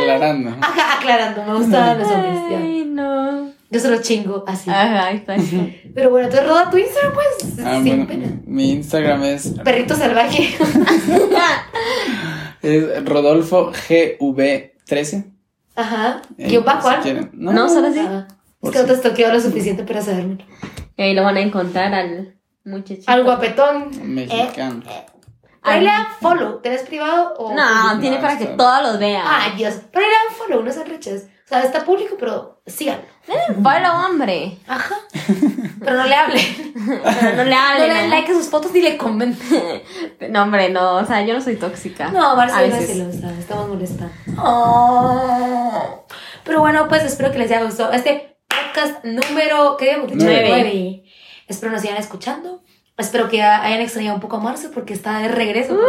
[SPEAKER 3] Aclarando.
[SPEAKER 1] Ajá, aclarando, me gustan los hombres, ya.
[SPEAKER 2] Ay, no.
[SPEAKER 1] Yo solo chingo, así. [LAUGHS]
[SPEAKER 2] Ajá, exacto.
[SPEAKER 1] Pero bueno, te roda tu Instagram, pues,
[SPEAKER 3] Ah,
[SPEAKER 1] sin
[SPEAKER 3] bueno,
[SPEAKER 1] pena.
[SPEAKER 3] mi Instagram es,
[SPEAKER 1] Perrito salvaje. [LAUGHS]
[SPEAKER 3] es rodolfogv13.
[SPEAKER 1] Ajá.
[SPEAKER 3] Eh,
[SPEAKER 1] ¿Y un bajo
[SPEAKER 3] si
[SPEAKER 1] algo?
[SPEAKER 3] quieren. No,
[SPEAKER 2] No, solo así.
[SPEAKER 1] Ajá. Es que no te has toqueado lo suficiente para saberlo.
[SPEAKER 2] Y ahí lo van a encontrar al muchachito.
[SPEAKER 1] Al guapetón.
[SPEAKER 3] mexicano.
[SPEAKER 1] Ponle a follow. ¿Tenés privado o.?
[SPEAKER 2] No, tiene
[SPEAKER 3] No,
[SPEAKER 2] para
[SPEAKER 3] está-
[SPEAKER 2] que todos los vean.
[SPEAKER 1] Ay, Dios. Ponle a follow, no sean rechas. O sea, está público, pero síganlo.
[SPEAKER 2] Follow, hombre.
[SPEAKER 1] [LAUGHS] Ajá. Pero no le hablen.
[SPEAKER 2] Pero no le
[SPEAKER 1] No
[SPEAKER 2] hablen.
[SPEAKER 1] le den like a sus fotos ni le comenten.
[SPEAKER 2] No, hombre, no. O sea, yo no soy tóxica.
[SPEAKER 1] No, Marcela
[SPEAKER 2] A
[SPEAKER 1] es
[SPEAKER 2] veces.
[SPEAKER 1] celosa. Estamos molestando. Oh. Pero bueno, pues espero que les haya gustado este podcast número. ¿Qué habíamos dicho?
[SPEAKER 3] Nueve.
[SPEAKER 1] Nueve. Espero nos sigan escuchando. Espero que hayan extrañado un poco a Marce porque está de regreso.
[SPEAKER 2] No,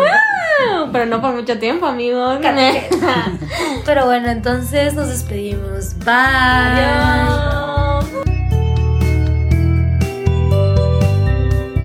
[SPEAKER 2] Pero no por mucho tiempo, amigos. [LAUGHS]
[SPEAKER 1] [LAUGHS] Pero bueno, entonces nos despedimos. Bye.
[SPEAKER 2] Adiós.